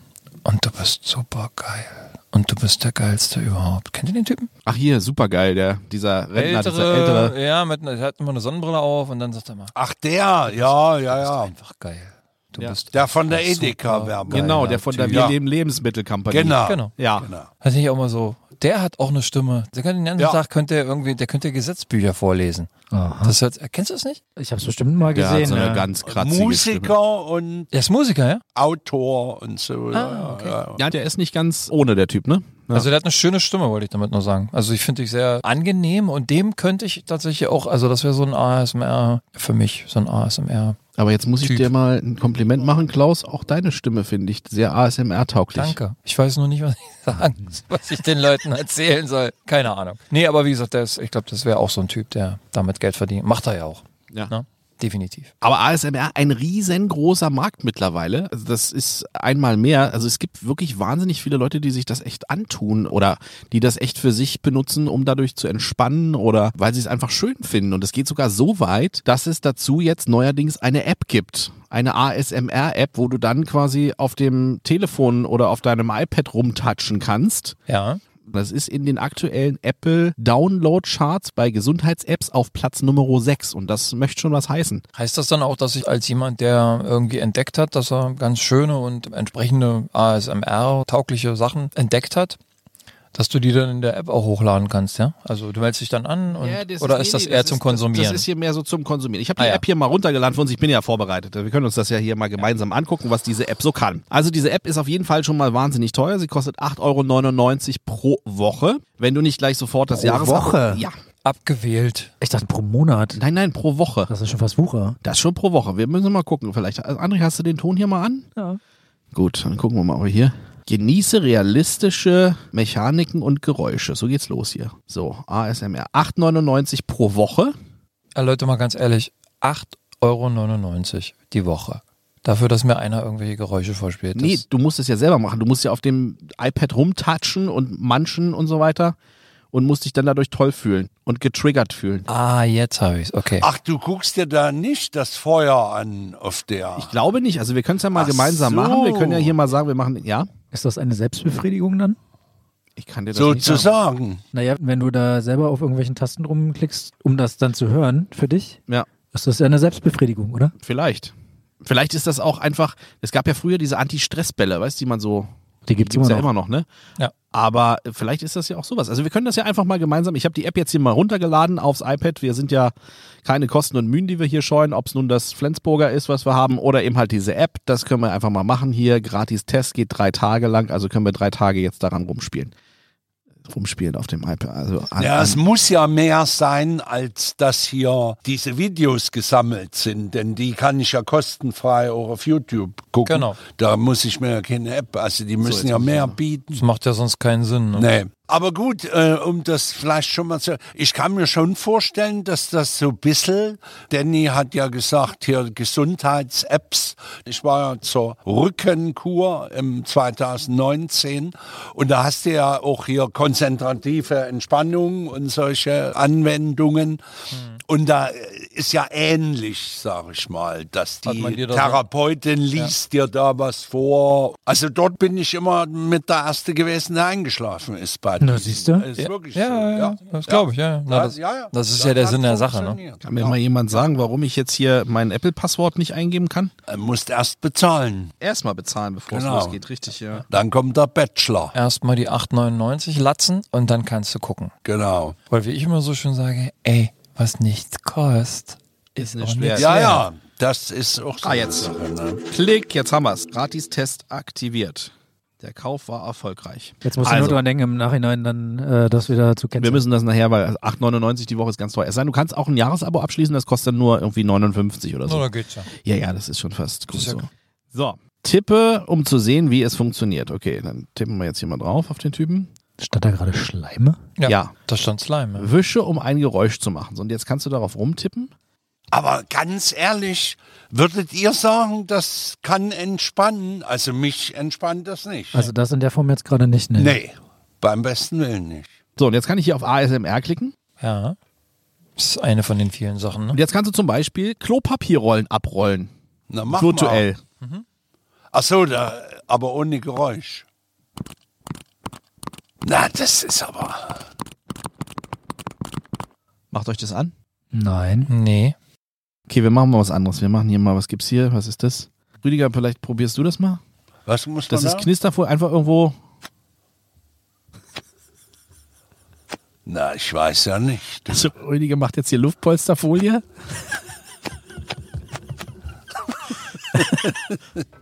[SPEAKER 3] Und du bist super geil. Und du bist der geilste überhaupt. Kennt ihr den Typen?
[SPEAKER 1] Ach hier, supergeil, der dieser Rentner, dieser ältere.
[SPEAKER 3] Ja, mit, einer- der hat immer eine Sonnenbrille auf und dann sagt er mal,
[SPEAKER 2] Ach, der. Ja, ja, ja.
[SPEAKER 3] einfach geil. Du
[SPEAKER 1] Ah. Ja.
[SPEAKER 3] bist
[SPEAKER 2] Der von der
[SPEAKER 3] einfach super
[SPEAKER 2] Edeka-Werbung.
[SPEAKER 3] geil.
[SPEAKER 1] Genau, der von der
[SPEAKER 3] Typ.
[SPEAKER 1] Wir
[SPEAKER 2] Ja.
[SPEAKER 1] leben Lebensmittelkompanie.
[SPEAKER 2] Genau.
[SPEAKER 3] Genau.
[SPEAKER 1] Ja.
[SPEAKER 2] Genau.
[SPEAKER 3] Das ist ich auch mal so. Der hat auch eine Stimme. Der kann den ganzen
[SPEAKER 2] Ja.
[SPEAKER 3] Tag könnte er irgendwie, der könnte Gesetzbücher vorlesen.
[SPEAKER 4] Aha.
[SPEAKER 3] Das hört, erkennst du das nicht?
[SPEAKER 4] Ich habe es bestimmt mal
[SPEAKER 1] Der
[SPEAKER 4] gesehen.
[SPEAKER 1] hat so eine
[SPEAKER 4] ja.
[SPEAKER 1] ganz kratzige Stimme.
[SPEAKER 2] Musiker und
[SPEAKER 3] Der ist Musiker, ja?
[SPEAKER 2] Autor und so.
[SPEAKER 1] Äh, Ah.
[SPEAKER 2] ja, ja.
[SPEAKER 1] Ja, der ist nicht ganz ohne der Typ, ne? Ja.
[SPEAKER 3] Also der hat eine schöne Stimme, wollte ich damit nur sagen. Also ich finde dich sehr angenehm und dem könnte ich tatsächlich auch, also das wäre so ein ASMR für mich, so ein ASMR.
[SPEAKER 1] Aber jetzt muss ich
[SPEAKER 3] Typ.
[SPEAKER 1] dir mal ein Kompliment machen, Klaus. Auch deine Stimme finde ich sehr ASMR-tauglich.
[SPEAKER 3] Danke. Ich weiß nur nicht, was ich [LAUGHS] sagen, was ich den Leuten erzählen soll. Keine Ahnung. Nee, aber wie gesagt, der ist, ich glaube, das wäre auch so ein Typ, der damit Geld verdient. Macht er ja auch.
[SPEAKER 1] Ja.
[SPEAKER 3] Ne? Definitiv.
[SPEAKER 1] Aber ASMR, ein riesengroßer Markt mittlerweile. Also das ist einmal mehr. Also es gibt wirklich wahnsinnig viele Leute, die sich das echt antun oder die das echt für sich benutzen, um dadurch zu entspannen oder weil sie es einfach schön finden. Und es geht sogar so weit, dass es dazu jetzt neuerdings eine App gibt. Eine ASMR-App, wo du dann quasi auf dem Telefon oder auf deinem iPad rumtatschen kannst.
[SPEAKER 3] Ja.
[SPEAKER 1] Das ist in den aktuellen Apple Download Charts bei Gesundheits-Apps auf Platz Nummer 6 und das möchte schon was heißen.
[SPEAKER 3] Heißt das dann auch, dass ich als jemand, der irgendwie entdeckt hat, dass er ganz schöne und entsprechende ASMR-taugliche Sachen entdeckt hat, dass du die dann in der App auch hochladen kannst, ja? Also du meldest dich dann an und,
[SPEAKER 1] Ja, das
[SPEAKER 3] oder
[SPEAKER 1] nee,
[SPEAKER 3] ist das
[SPEAKER 1] nee,
[SPEAKER 3] eher zum Konsumieren?
[SPEAKER 1] Das, das ist hier mehr so zum Konsumieren. Ich habe die
[SPEAKER 3] Ah, ja.
[SPEAKER 1] App hier mal runtergeladen für uns. Ich bin ja vorbereitet. Wir können uns das ja hier mal gemeinsam angucken, was diese App so kann. Also diese App ist auf jeden Fall schon mal wahnsinnig teuer. Sie kostet 8,99 Euro pro Woche. Wenn du nicht gleich sofort das
[SPEAKER 4] Pro
[SPEAKER 1] Jahres...
[SPEAKER 4] Woche?
[SPEAKER 1] Ja.
[SPEAKER 3] Abgewählt.
[SPEAKER 4] Ich dachte pro Monat.
[SPEAKER 1] Nein, nein, pro Woche.
[SPEAKER 4] Das ist schon fast Wucher.
[SPEAKER 1] Das schon pro äh, Woche. Wir müssen mal gucken. Vielleicht, also André, hast du den Ton hier mal an?
[SPEAKER 4] Ja.
[SPEAKER 1] Gut, dann gucken wir mal auch hier. Genieße realistische Mechaniken und Geräusche. So geht's los hier. So, ASMR. 8,99 pro Woche.
[SPEAKER 3] Äh, Leute, mal ganz ehrlich, 8,99 Euro die Woche. Dafür, dass mir einer irgendwelche Geräusche vorspielt. Das-
[SPEAKER 1] Nee, du musst es ja selber machen. Du musst ja auf dem iPad rumtatschen und manchen und so weiter und musst dich dann dadurch toll fühlen und getriggert fühlen.
[SPEAKER 3] Ah, jetzt habe ich's. Okay.
[SPEAKER 2] Ach, du guckst dir da nicht das Feuer an auf der.
[SPEAKER 1] Ich glaube nicht. Also wir können es ja mal
[SPEAKER 2] Ach
[SPEAKER 1] gemeinsam
[SPEAKER 2] so.
[SPEAKER 1] machen. Wir können ja hier mal sagen, wir machen, ja,
[SPEAKER 4] Ist das eine Selbstbefriedigung dann?
[SPEAKER 1] ich kann dir das nicht sagen.
[SPEAKER 2] Sozusagen.
[SPEAKER 4] Naja, wenn du da selber auf irgendwelchen Tasten rumklickst, um das dann zu hören für dich,
[SPEAKER 1] Ja,
[SPEAKER 4] ist das ja eine Selbstbefriedigung, oder?
[SPEAKER 1] vielleicht. Vielleicht ist das auch einfach, es gab ja früher diese Anti-Stress-Bälle, weißt du, die man so
[SPEAKER 4] Die gibt's
[SPEAKER 1] gibt's
[SPEAKER 4] immer
[SPEAKER 1] ja
[SPEAKER 4] noch.
[SPEAKER 1] immer noch, ne?
[SPEAKER 3] Ja.
[SPEAKER 1] Aber äh, vielleicht ist das ja auch sowas. Also wir können das ja einfach mal gemeinsam. Ich habe die App jetzt hier mal runtergeladen aufs iPad. Wir sind ja keine Kosten und Mühen, die wir hier scheuen. Ob es nun das Flensburger ist, was wir haben, oder eben halt diese App. Das können wir einfach mal machen hier. Gratis Test geht drei Tage lang. Also können wir drei Tage jetzt daran rumspielen. Rumspielen auf dem iPad. Also an,
[SPEAKER 2] Ja, es
[SPEAKER 1] an,
[SPEAKER 2] muss ja mehr sein, als dass hier diese Videos gesammelt sind, denn die kann ich ja kostenfrei auch auf YouTube gucken.
[SPEAKER 3] Genau.
[SPEAKER 2] Da muss ich mir ja keine App, also die müssen ja mehr bieten.
[SPEAKER 3] Das macht ja sonst keinen Sinn. Ne?
[SPEAKER 2] Nee. Aber gut, äh, um das vielleicht schon mal zu. Ich kann mir schon vorstellen, dass das so ein bisschen. Danny hat ja gesagt, hier Gesundheits-Apps. Ich war ja zur Rückenkur im 2019 und da hast du ja auch hier konzentrative Entspannung und solche Anwendungen. Und da äh, ist ja ähnlich, sag ich mal, dass
[SPEAKER 3] Hat
[SPEAKER 2] die
[SPEAKER 3] man dir das-
[SPEAKER 2] Therapeutin liest dir da was vor. Also dort bin ich immer mit der Erste gewesen, der eingeschlafen ist. Bei
[SPEAKER 4] Na,
[SPEAKER 2] diesen.
[SPEAKER 4] siehst du?
[SPEAKER 2] Ist
[SPEAKER 3] Ja,
[SPEAKER 2] wirklich
[SPEAKER 3] ja,
[SPEAKER 2] so.
[SPEAKER 3] ja, ja, das glaube ich, ja, ja. Na, das- das ist ja der
[SPEAKER 2] hat
[SPEAKER 3] Sinn der Sache, ne?
[SPEAKER 2] funktioniert.
[SPEAKER 1] kann mir mal jemand sagen, warum ich jetzt hier mein Apple-Passwort nicht eingeben kann?
[SPEAKER 2] Er musst erst bezahlen.
[SPEAKER 1] Erstmal bezahlen, bevor
[SPEAKER 2] Genau.
[SPEAKER 1] es losgeht. Richtig, ja.
[SPEAKER 2] Dann kommt der Bachelor.
[SPEAKER 3] Erstmal die 8,99 latzen und dann kannst du gucken.
[SPEAKER 2] Genau.
[SPEAKER 3] Weil wie ich immer so schön sage, ey, was nichts kostet, ist
[SPEAKER 1] nicht
[SPEAKER 3] auch
[SPEAKER 1] schwer.
[SPEAKER 3] nichts
[SPEAKER 2] Ja,
[SPEAKER 3] wert.
[SPEAKER 2] ja, das ist auch so.
[SPEAKER 1] Ah, jetzt.
[SPEAKER 2] eine Sache, ne?
[SPEAKER 1] Klick, jetzt haben wir es. Gratistest aktiviert. Der Kauf war erfolgreich.
[SPEAKER 4] Jetzt musst du
[SPEAKER 1] Also.
[SPEAKER 4] nur dran denken, im Nachhinein dann äh, das wieder zu kennen.
[SPEAKER 1] Wir müssen das nachher, weil 8,99 die Woche ist ganz teuer. Es sei denn, du kannst auch ein Jahresabo abschließen, das kostet dann nur irgendwie 59 oder so.
[SPEAKER 3] Oder geht's ja.
[SPEAKER 1] Ja, ja, das ist schon fast gut
[SPEAKER 3] ist ja
[SPEAKER 1] so. So, tippe, um zu sehen, wie es funktioniert. Okay, dann tippen wir jetzt hier mal drauf auf den Typen.
[SPEAKER 4] Stand da gerade Schleime?
[SPEAKER 3] ja.
[SPEAKER 1] Ja.
[SPEAKER 3] Da stand Slime. ne? Ja.
[SPEAKER 1] Wische, um ein Geräusch zu machen. So, und jetzt kannst du darauf rumtippen.
[SPEAKER 2] Aber ganz ehrlich, würdet ihr sagen, das kann entspannen? Also mich entspannt das nicht.
[SPEAKER 4] Also das in der Form jetzt gerade nicht,
[SPEAKER 3] Äh.
[SPEAKER 4] ne?
[SPEAKER 2] nee, beim besten Willen nicht.
[SPEAKER 1] So, und jetzt kann ich hier auf ASMR klicken.
[SPEAKER 3] ja. Das ist eine von den vielen Sachen,
[SPEAKER 1] Und
[SPEAKER 3] ne?
[SPEAKER 1] jetzt kannst du zum Beispiel Klopapierrollen abrollen.
[SPEAKER 2] Na, mach
[SPEAKER 1] virtuell.
[SPEAKER 2] Mal. Ach so, da, aber ohne Geräusch. Na, das ist aber.
[SPEAKER 1] Macht euch das an.
[SPEAKER 4] Nein.
[SPEAKER 3] Nee.
[SPEAKER 1] Okay, wir machen mal was anderes. Wir machen hier mal, was gibt's hier? Was ist das? Rüdiger, vielleicht probierst du das mal?
[SPEAKER 2] Was muss
[SPEAKER 1] Das
[SPEAKER 2] man
[SPEAKER 1] ist
[SPEAKER 2] da?
[SPEAKER 1] Knisterfolie, einfach irgendwo
[SPEAKER 2] Na, ich weiß ja nicht.
[SPEAKER 1] Also Rüdiger macht jetzt hier Luftpolsterfolie.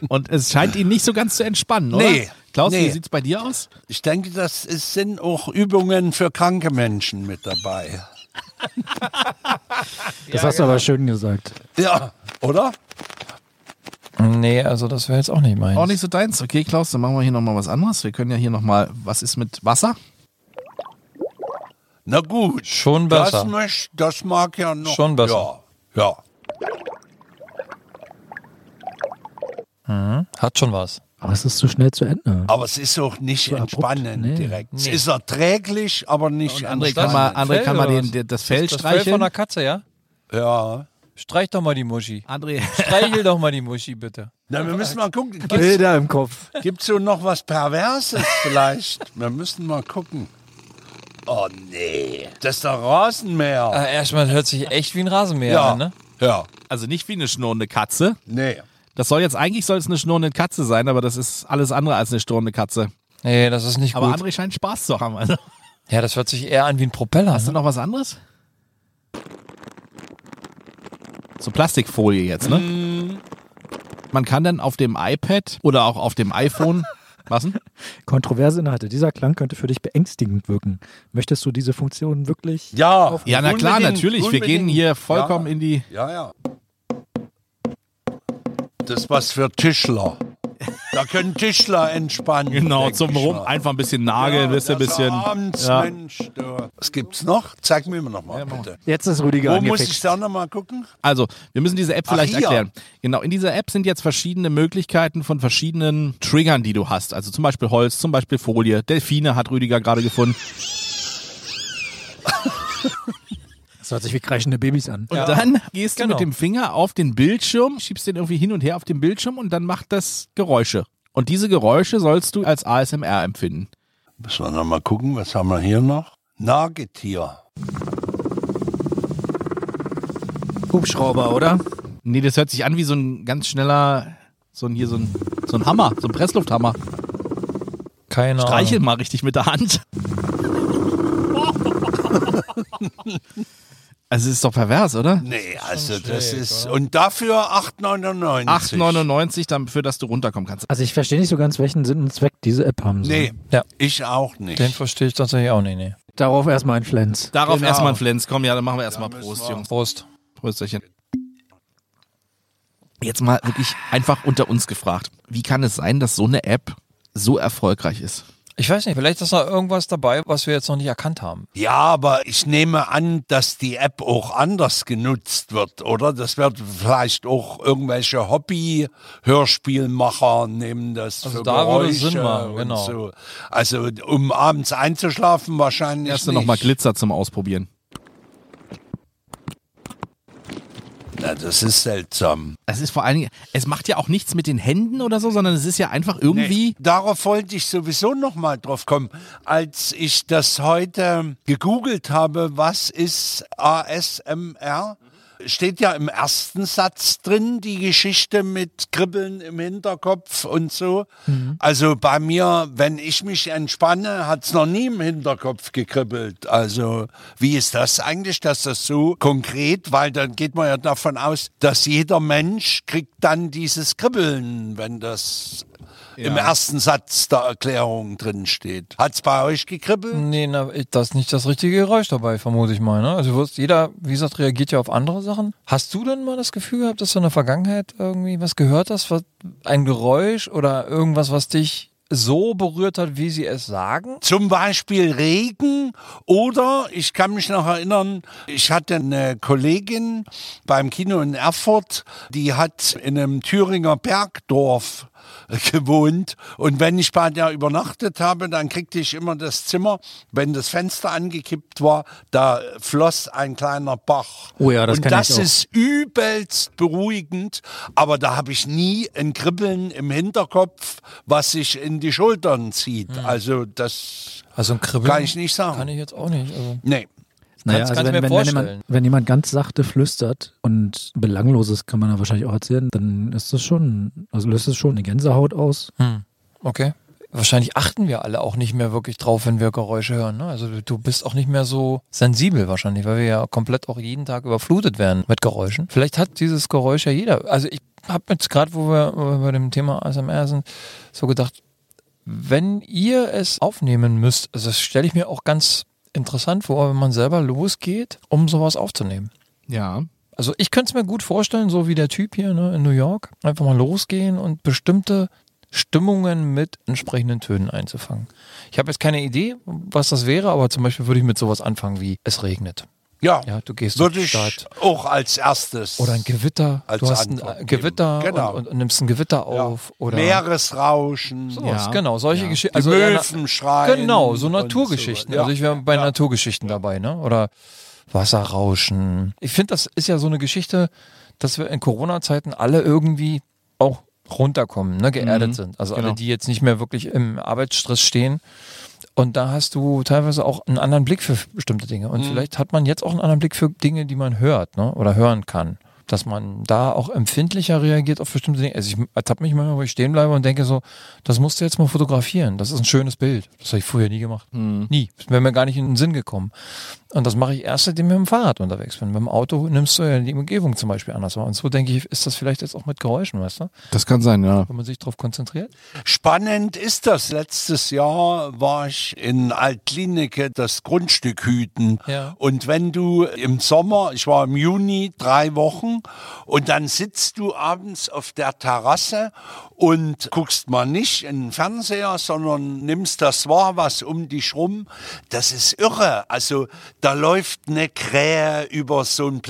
[SPEAKER 1] Und es scheint ihn nicht so ganz zu entspannen, oder?
[SPEAKER 2] Nee,
[SPEAKER 1] Klaus,
[SPEAKER 2] nee.
[SPEAKER 1] wie sieht's bei dir aus?
[SPEAKER 2] Ich denke, das ist, sind auch Übungen für kranke Menschen mit dabei.
[SPEAKER 4] Das hast du
[SPEAKER 2] genau.
[SPEAKER 4] aber schön gesagt.
[SPEAKER 2] Ja, oder?
[SPEAKER 3] Nee, also das wäre jetzt auch nicht meins.
[SPEAKER 1] Auch nicht so deins. Okay, Klaus, dann machen wir hier nochmal was anderes. Wir können ja hier nochmal, was ist mit Wasser?
[SPEAKER 2] Na gut.
[SPEAKER 3] Schon
[SPEAKER 2] Das,
[SPEAKER 3] besser.
[SPEAKER 2] möcht, das mag ja noch.
[SPEAKER 3] Schon besser.
[SPEAKER 2] Ja. ja.
[SPEAKER 3] Hat schon was.
[SPEAKER 4] Aber es ist zu schnell zu Ende.
[SPEAKER 2] Aber es ist auch nicht
[SPEAKER 4] abrupt,
[SPEAKER 2] entspannend
[SPEAKER 4] nee.
[SPEAKER 2] direkt. Es
[SPEAKER 3] Nee.
[SPEAKER 2] ist erträglich, aber nicht
[SPEAKER 1] André
[SPEAKER 2] entspannend.
[SPEAKER 1] kann mal, André
[SPEAKER 3] Fell
[SPEAKER 1] kann mal
[SPEAKER 3] oder
[SPEAKER 1] den,
[SPEAKER 3] was?
[SPEAKER 1] den, das Fell
[SPEAKER 3] das Fell von
[SPEAKER 1] streicheln.
[SPEAKER 3] der Katze, ja?
[SPEAKER 2] Ja.
[SPEAKER 3] Streich doch mal die Muschi.
[SPEAKER 1] André, [LAUGHS]
[SPEAKER 3] Streichel doch mal die Muschi, bitte.
[SPEAKER 2] Na, wir müssen mal gucken.
[SPEAKER 4] Bilder im Kopf.
[SPEAKER 2] Gibt es so noch was Perverses vielleicht? Wir müssen mal gucken. Oh nee, das ist der
[SPEAKER 1] Ah,
[SPEAKER 2] Rasenmäher.
[SPEAKER 3] Äh, erstmal hört sich echt wie ein Rasenmäher
[SPEAKER 2] ja,
[SPEAKER 3] an, ne?
[SPEAKER 2] ja,
[SPEAKER 1] also nicht wie eine schnurrende Katze.
[SPEAKER 2] nee.
[SPEAKER 1] Das soll jetzt, eigentlich soll es eine schnurrende Katze sein, aber das ist alles andere als eine schnurrende Katze.
[SPEAKER 3] Nee, das ist nicht
[SPEAKER 1] Aber
[SPEAKER 3] gut.
[SPEAKER 1] André scheint Spaß zu haben. Also,
[SPEAKER 3] Ja, das hört sich eher an wie ein Propeller.
[SPEAKER 1] hast du
[SPEAKER 3] Ne?
[SPEAKER 1] noch was anderes? So Plastikfolie jetzt, ne? Man kann dann auf dem iPad oder auch auf dem [LAUGHS] iPhone. Was denn?
[SPEAKER 4] Kontroverse Inhalte. Dieser Klang könnte für dich beängstigend wirken. Möchtest du diese Funktion wirklich?
[SPEAKER 2] Ja,
[SPEAKER 1] Ja, na klar,
[SPEAKER 2] Unbedingt,
[SPEAKER 1] natürlich. Wir gehen
[SPEAKER 2] unbedingt.
[SPEAKER 1] hier vollkommen in die.
[SPEAKER 2] Ja, ja. Das ist was für Tischler. Da können Tischler entspannen.
[SPEAKER 1] Genau,
[SPEAKER 2] denk
[SPEAKER 1] zum
[SPEAKER 2] ich
[SPEAKER 1] Rum
[SPEAKER 2] mal.
[SPEAKER 1] einfach ein bisschen nageln, wisst ihr, ein
[SPEAKER 2] das
[SPEAKER 1] bisschen.
[SPEAKER 2] Abends,
[SPEAKER 1] ja.
[SPEAKER 2] Mensch, du. Was gibt's noch? Zeig mir immer noch mal, bitte.
[SPEAKER 7] Jetzt ist Rüdiger
[SPEAKER 2] Wo muss ich
[SPEAKER 7] angefixt.
[SPEAKER 2] da noch mal gucken?
[SPEAKER 1] Also, wir müssen diese App
[SPEAKER 2] Ach,
[SPEAKER 1] vielleicht
[SPEAKER 2] hier.
[SPEAKER 1] erklären. Genau, in dieser App sind jetzt verschiedene Möglichkeiten von verschiedenen Triggern, die du hast. Also zum Beispiel Holz, zum Beispiel Folie. Delfine hat Rüdiger gerade gefunden.
[SPEAKER 7] Das hört sich wie kreischende Babys an.
[SPEAKER 1] Und dann gehst du
[SPEAKER 3] Genau.
[SPEAKER 1] mit dem Finger auf den Bildschirm, schiebst den irgendwie hin und her auf dem Bildschirm und dann macht das Geräusche. Und diese Geräusche sollst du als ASMR empfinden.
[SPEAKER 2] Müssen wir noch mal gucken, was haben wir hier noch? Nagetier.
[SPEAKER 7] Hubschrauber, oder?
[SPEAKER 1] Nee, das hört sich an wie so ein ganz schneller, so ein hier so ein, so ein Hammer, so ein Presslufthammer.
[SPEAKER 3] Keine
[SPEAKER 1] Streichel
[SPEAKER 3] Ahnung.
[SPEAKER 1] mal richtig mit der Hand. Also es ist doch pervers, oder?
[SPEAKER 2] Nee, also das ist. Und dafür 8,99.
[SPEAKER 1] 8,99 dann für dass du runterkommen kannst.
[SPEAKER 4] Also ich verstehe nicht so ganz, welchen Sinn und Zweck diese App haben soll.
[SPEAKER 2] Nee,
[SPEAKER 3] Ja.
[SPEAKER 2] ich auch nicht.
[SPEAKER 3] Den verstehe ich tatsächlich auch nicht. Nee.
[SPEAKER 7] Darauf erstmal ein Flens.
[SPEAKER 1] Darauf
[SPEAKER 2] Genau.
[SPEAKER 1] erstmal ein Flens. Komm, ja, dann machen wir erstmal Prost, Jungs.
[SPEAKER 3] Prost.
[SPEAKER 1] Prösterchen. Jetzt mal wirklich einfach unter uns gefragt. Wie kann es sein, dass so eine App so erfolgreich ist?
[SPEAKER 3] Ich weiß nicht, vielleicht ist da irgendwas dabei, was wir jetzt noch nicht erkannt haben.
[SPEAKER 2] Ja, aber ich nehme an, dass die App auch anders genutzt wird, oder? Das wird vielleicht auch irgendwelche Hobby-Hörspielmacher nehmen das
[SPEAKER 3] Also
[SPEAKER 2] für
[SPEAKER 3] da würde es
[SPEAKER 2] Geräusche
[SPEAKER 3] Sinn machen,
[SPEAKER 2] und
[SPEAKER 3] genau.
[SPEAKER 2] so. Also um abends einzuschlafen wahrscheinlich
[SPEAKER 1] Erst noch
[SPEAKER 2] nicht.
[SPEAKER 1] mal Glitzer zum Ausprobieren.
[SPEAKER 2] Na, das ist seltsam.
[SPEAKER 1] Es ist vor allen Dingen, es macht ja auch nichts mit den Händen oder so, sondern es ist ja einfach irgendwie.
[SPEAKER 2] Darauf wollte ich sowieso noch mal drauf kommen. Als ich das heute gegoogelt habe, was ist ASMR? Steht ja im ersten Satz drin, die Geschichte mit Kribbeln im Hinterkopf und so. Also bei mir, wenn ich mich entspanne, hat es noch nie im Hinterkopf gekribbelt. Also wie ist das eigentlich, dass das so konkret, weil dann geht man ja davon aus, dass jeder Mensch kriegt dann dieses Kribbeln, wenn das im ersten Satz der Erklärung drin steht. Hat's bei euch gekribbelt?
[SPEAKER 3] Nee, na, das ist nicht das richtige Geräusch dabei, vermute ich mal. Ne? Also du wirst, jeder, wie gesagt, reagiert ja auf andere Sachen. Hast du denn mal das Gefühl gehabt, dass du in der Vergangenheit irgendwie was gehört hast? Was, ein Geräusch oder irgendwas, was dich so berührt hat, wie sie es sagen?
[SPEAKER 2] Zum Beispiel Regen oder ich kann mich noch erinnern, ich hatte eine Kollegin beim Kino in Erfurt, die hat in einem Thüringer Bergdorf [LAUGHS] gewohnt und wenn ich bei der übernachtet habe, dann kriegte ich immer das Zimmer, wenn das Fenster angekippt war, da floss ein kleiner Bach.
[SPEAKER 7] Oh ja, das
[SPEAKER 2] und
[SPEAKER 7] kenn ich
[SPEAKER 2] das
[SPEAKER 7] auch.
[SPEAKER 2] ist ist übelst beruhigend, aber da habe ich nie ein Kribbeln im Hinterkopf, was sich in die Schultern zieht. Also das
[SPEAKER 3] Also ein Kribbeln
[SPEAKER 2] Kann ich nicht sagen.
[SPEAKER 3] Hm. Kann ich jetzt auch nicht. Also.
[SPEAKER 2] nee.
[SPEAKER 4] Naja,
[SPEAKER 3] Kannst-
[SPEAKER 4] also
[SPEAKER 3] kannst
[SPEAKER 4] wenn,
[SPEAKER 3] mir
[SPEAKER 4] wenn, wenn,
[SPEAKER 3] vorstellen.
[SPEAKER 4] jemand, wenn jemand ganz sachte flüstert und Belangloses kann man da wahrscheinlich auch erzählen, dann ist das schon, also löst es schon eine Gänsehaut aus.
[SPEAKER 3] Hm. Okay. Wahrscheinlich achten wir alle auch nicht mehr wirklich drauf, wenn wir Geräusche hören. Ne? Also du- du bist auch nicht mehr so sensibel wahrscheinlich, weil wir ja komplett auch jeden Tag überflutet werden mit Geräuschen. Vielleicht hat dieses Geräusch ja jeder. Also ich habe jetzt gerade, wo wir wo wir bei dem Thema ASMR sind, so gedacht, wenn ihr es aufnehmen müsst, also das stelle ich mir auch ganz interessant vor, wenn man selber losgeht, um sowas aufzunehmen.
[SPEAKER 1] Ja.
[SPEAKER 3] Also ich könnte es mir gut vorstellen, so wie der Typ hier ne, in New York, einfach mal losgehen und bestimmte Stimmungen mit entsprechenden Tönen einzufangen. Ich habe jetzt keine Idee, was das wäre, aber zum Beispiel würde ich mit sowas anfangen wie es regnet.
[SPEAKER 2] Ja,
[SPEAKER 3] Ja, du gehst
[SPEAKER 2] würde
[SPEAKER 3] durch die
[SPEAKER 2] ich
[SPEAKER 3] Stadt.
[SPEAKER 2] auch als erstes.
[SPEAKER 3] Oder ein Gewitter.
[SPEAKER 2] Als
[SPEAKER 3] du hast ein
[SPEAKER 2] Antwort
[SPEAKER 3] äh, Gewitter
[SPEAKER 2] geben. Genau.
[SPEAKER 3] und, und, nimmst ein Gewitter
[SPEAKER 2] Ja.
[SPEAKER 3] auf. Oder
[SPEAKER 2] Meeresrauschen.
[SPEAKER 3] sowas.
[SPEAKER 1] Ja.
[SPEAKER 3] Genau, solche
[SPEAKER 1] Ja.
[SPEAKER 3] Geschichten.
[SPEAKER 2] Die also
[SPEAKER 3] eher na-
[SPEAKER 2] Möwen schreien.
[SPEAKER 3] Genau, so
[SPEAKER 2] und
[SPEAKER 3] Naturgeschichten.
[SPEAKER 2] so. Ja.
[SPEAKER 3] Also ich wäre bei Naturgeschichten dabei, ne? Oder Wasserrauschen. Ich finde, das ist ja so eine Geschichte, dass wir in Corona-Zeiten alle irgendwie auch runterkommen, ne? geerdet
[SPEAKER 1] Mhm,
[SPEAKER 3] sind. Also
[SPEAKER 1] genau.
[SPEAKER 3] alle, die jetzt nicht mehr wirklich im Arbeitsstress stehen. Und da hast du teilweise auch einen anderen Blick für bestimmte Dinge.
[SPEAKER 1] Mhm.
[SPEAKER 3] Und vielleicht hat man jetzt auch einen anderen Blick für Dinge, die man hört ne? oder hören kann. Dass man da auch empfindlicher reagiert auf bestimmte Dinge. Also ich ertappe mich manchmal, wo ich stehen bleibe und denke so, das musst du jetzt mal fotografieren. Das ist ein schönes Bild. Das habe ich früher nie gemacht.
[SPEAKER 1] Mhm.
[SPEAKER 3] Nie. Das wäre mir gar nicht in den Sinn gekommen. Und das mache ich erst, seitdem ich mit dem Fahrrad unterwegs bin. Mit dem Auto nimmst du ja die Umgebung zum Beispiel anders wahr. Und so denke ich, ist das vielleicht jetzt auch mit Geräuschen, weißt du?
[SPEAKER 1] Das kann sein, ja.
[SPEAKER 3] Wenn man sich darauf konzentriert.
[SPEAKER 2] Spannend ist das. Letztes Jahr war ich in Altlinike das Grundstück hüten.
[SPEAKER 3] Ja.
[SPEAKER 2] Und wenn du im Sommer, ich war im Juni drei Wochen Rücken und dann sitzt du abends auf der Terrasse und guckst mal nicht in den Fernseher, sondern nimmst das wahr, was um dich rum. Das ist irre. Also da läuft eine Krähe über so ein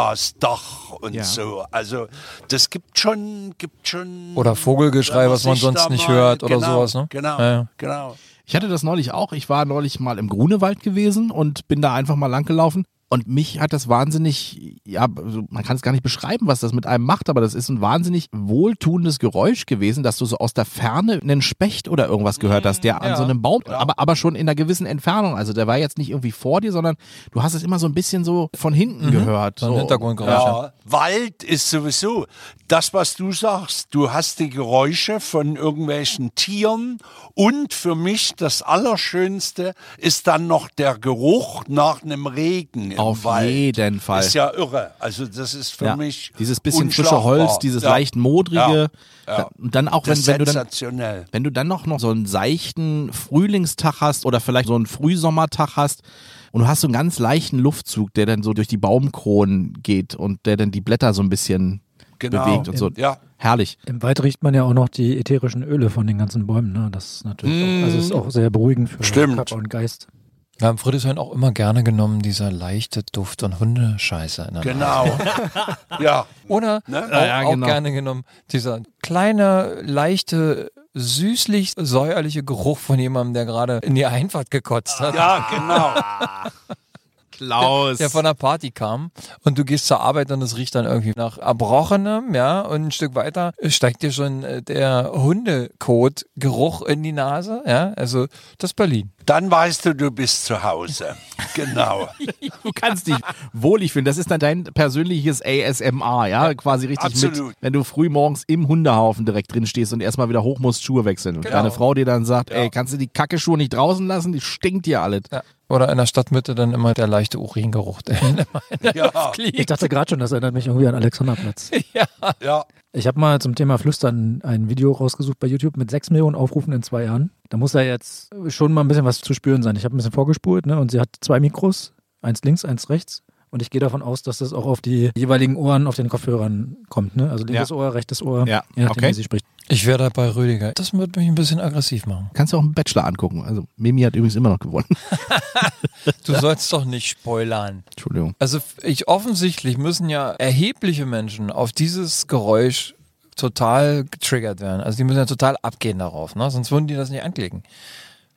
[SPEAKER 2] Plexiglasdach und
[SPEAKER 1] Ja.
[SPEAKER 2] so. Also das gibt schon, gibt schon.
[SPEAKER 3] Oder Vogelgeschrei,
[SPEAKER 2] wenn man
[SPEAKER 3] was man
[SPEAKER 2] sich
[SPEAKER 3] sonst
[SPEAKER 2] da
[SPEAKER 3] nicht
[SPEAKER 2] mal-
[SPEAKER 3] hört oder
[SPEAKER 2] genau,
[SPEAKER 3] sowas, ne?
[SPEAKER 2] Genau,
[SPEAKER 3] Ja, ja.
[SPEAKER 2] genau.
[SPEAKER 1] Ich hatte das neulich auch. Ich war neulich mal im Grunewald gewesen und bin da einfach mal langgelaufen. Und mich hat das wahnsinnig, ja, so- man kann es gar nicht beschreiben, was das mit einem macht, aber das ist ein wahnsinnig wohltuendes Geräusch gewesen, dass du so aus der Ferne einen Specht oder irgendwas gehört hast, der an so einem Baum, aber, aber schon in einer gewissen Entfernung. Also der war jetzt nicht irgendwie vor dir, sondern du hast es immer so ein bisschen so von
[SPEAKER 2] Mhm.
[SPEAKER 1] hinten gehört.
[SPEAKER 3] So ein
[SPEAKER 1] so.
[SPEAKER 3] Hintergrundgeräusch.
[SPEAKER 2] Ja, Wald ist sowieso das, was du sagst. Du hast die Geräusche von irgendwelchen Tieren und für mich das Allerschönste ist dann noch der Geruch nach einem Regen im
[SPEAKER 1] Auf
[SPEAKER 2] Wald.
[SPEAKER 1] jeden Fall.
[SPEAKER 2] Ist ja irre. Also das ist für
[SPEAKER 1] Ja.
[SPEAKER 2] mich
[SPEAKER 1] Dieses bisschen frische
[SPEAKER 2] unschlagbar.
[SPEAKER 1] Holz, dieses
[SPEAKER 2] Ja.
[SPEAKER 1] leicht modrige.
[SPEAKER 2] Ja. Ja.
[SPEAKER 1] Und dann auch,
[SPEAKER 2] Das
[SPEAKER 1] wenn,
[SPEAKER 2] ist
[SPEAKER 1] wenn du dann
[SPEAKER 2] sensationell.
[SPEAKER 1] Wenn du dann noch, noch so einen seichten Frühlingstag hast oder vielleicht so einen Frühsommertag hast und du hast so einen ganz leichten Luftzug, der dann so durch die Baumkronen geht und der dann die Blätter so ein bisschen
[SPEAKER 2] Genau.
[SPEAKER 1] bewegt und so.
[SPEAKER 2] Ja.
[SPEAKER 1] Herrlich.
[SPEAKER 4] Im Wald riecht man ja auch noch die ätherischen Öle von den ganzen Bäumen. Ne? Das ist natürlich auch,
[SPEAKER 3] Hm.
[SPEAKER 4] also ist auch sehr beruhigend für
[SPEAKER 2] Stimmt.
[SPEAKER 4] Körper und Geist.
[SPEAKER 3] Wir haben Friedrichshain auch immer gerne genommen, dieser leichte Duft von Hundescheiße. In der Nase.
[SPEAKER 2] genau. Ne? ja.
[SPEAKER 3] Oder auch,
[SPEAKER 1] Ja,
[SPEAKER 3] auch
[SPEAKER 1] genau.
[SPEAKER 3] gerne genommen, dieser kleine, leichte, süßlich säuerliche Geruch von jemandem, der gerade in die Einfahrt gekotzt hat.
[SPEAKER 2] Ja, genau.
[SPEAKER 1] Klaus.
[SPEAKER 3] Der von der Party kam und du gehst zur Arbeit und es riecht dann irgendwie nach Erbrochenem, ja, und ein Stück weiter steigt dir schon äh, der Hundekot-Geruch in die Nase, ja, also das ist Berlin.
[SPEAKER 2] Dann weißt du, du bist zu Hause. Genau.
[SPEAKER 1] Du kannst dich wohlig fühlen. Das ist dann dein persönliches ASMR, ja? Quasi richtig
[SPEAKER 2] absolut.
[SPEAKER 1] mit, wenn du früh morgens im Hundehaufen direkt drin stehst und erstmal wieder hoch musst, Schuhe wechseln. Und
[SPEAKER 2] Genau.
[SPEAKER 1] deine Frau dir dann sagt, ey, kannst du die kacke Schuhe nicht draußen lassen? Die stinkt dir alles.
[SPEAKER 3] Ja. Oder in der Stadtmitte dann immer der leichte Uringeruch, der immer in der
[SPEAKER 2] Ja.
[SPEAKER 3] Luft liegt.
[SPEAKER 7] Ich dachte gerade schon, das erinnert mich irgendwie an Alexanderplatz.
[SPEAKER 2] Ja.
[SPEAKER 4] Ich habe mal zum Thema Flüstern ein Video rausgesucht bei YouTube mit 6 Millionen Aufrufen in zwei Jahren. Da muss ja jetzt schon mal ein bisschen was zu spüren sein. Ich habe ein bisschen vorgespult ne? und sie hat zwei Mikros, eins links, eins rechts. Und ich gehe davon aus, dass das auch auf die jeweiligen Ohren, auf den Kopfhörern kommt. Ne? Also linkes Ohr, rechtes Ohr,
[SPEAKER 1] Ja,
[SPEAKER 4] je nachdem,
[SPEAKER 1] okay.
[SPEAKER 4] wie sie spricht.
[SPEAKER 3] [LAUGHS] Ich wäre da bei Rüdiger. Das würde mich ein bisschen aggressiv machen.
[SPEAKER 1] Kannst du auch einen Bachelor angucken. Also Mimi hat übrigens immer noch gewonnen. [LAUGHS]
[SPEAKER 3] Du sollst doch nicht spoilern.
[SPEAKER 1] Entschuldigung.
[SPEAKER 3] Also f- ich offensichtlich müssen ja erhebliche Menschen auf dieses Geräusch total getriggert werden. Also die müssen ja total abgehen darauf, ne? Sonst würden die das nicht anklicken.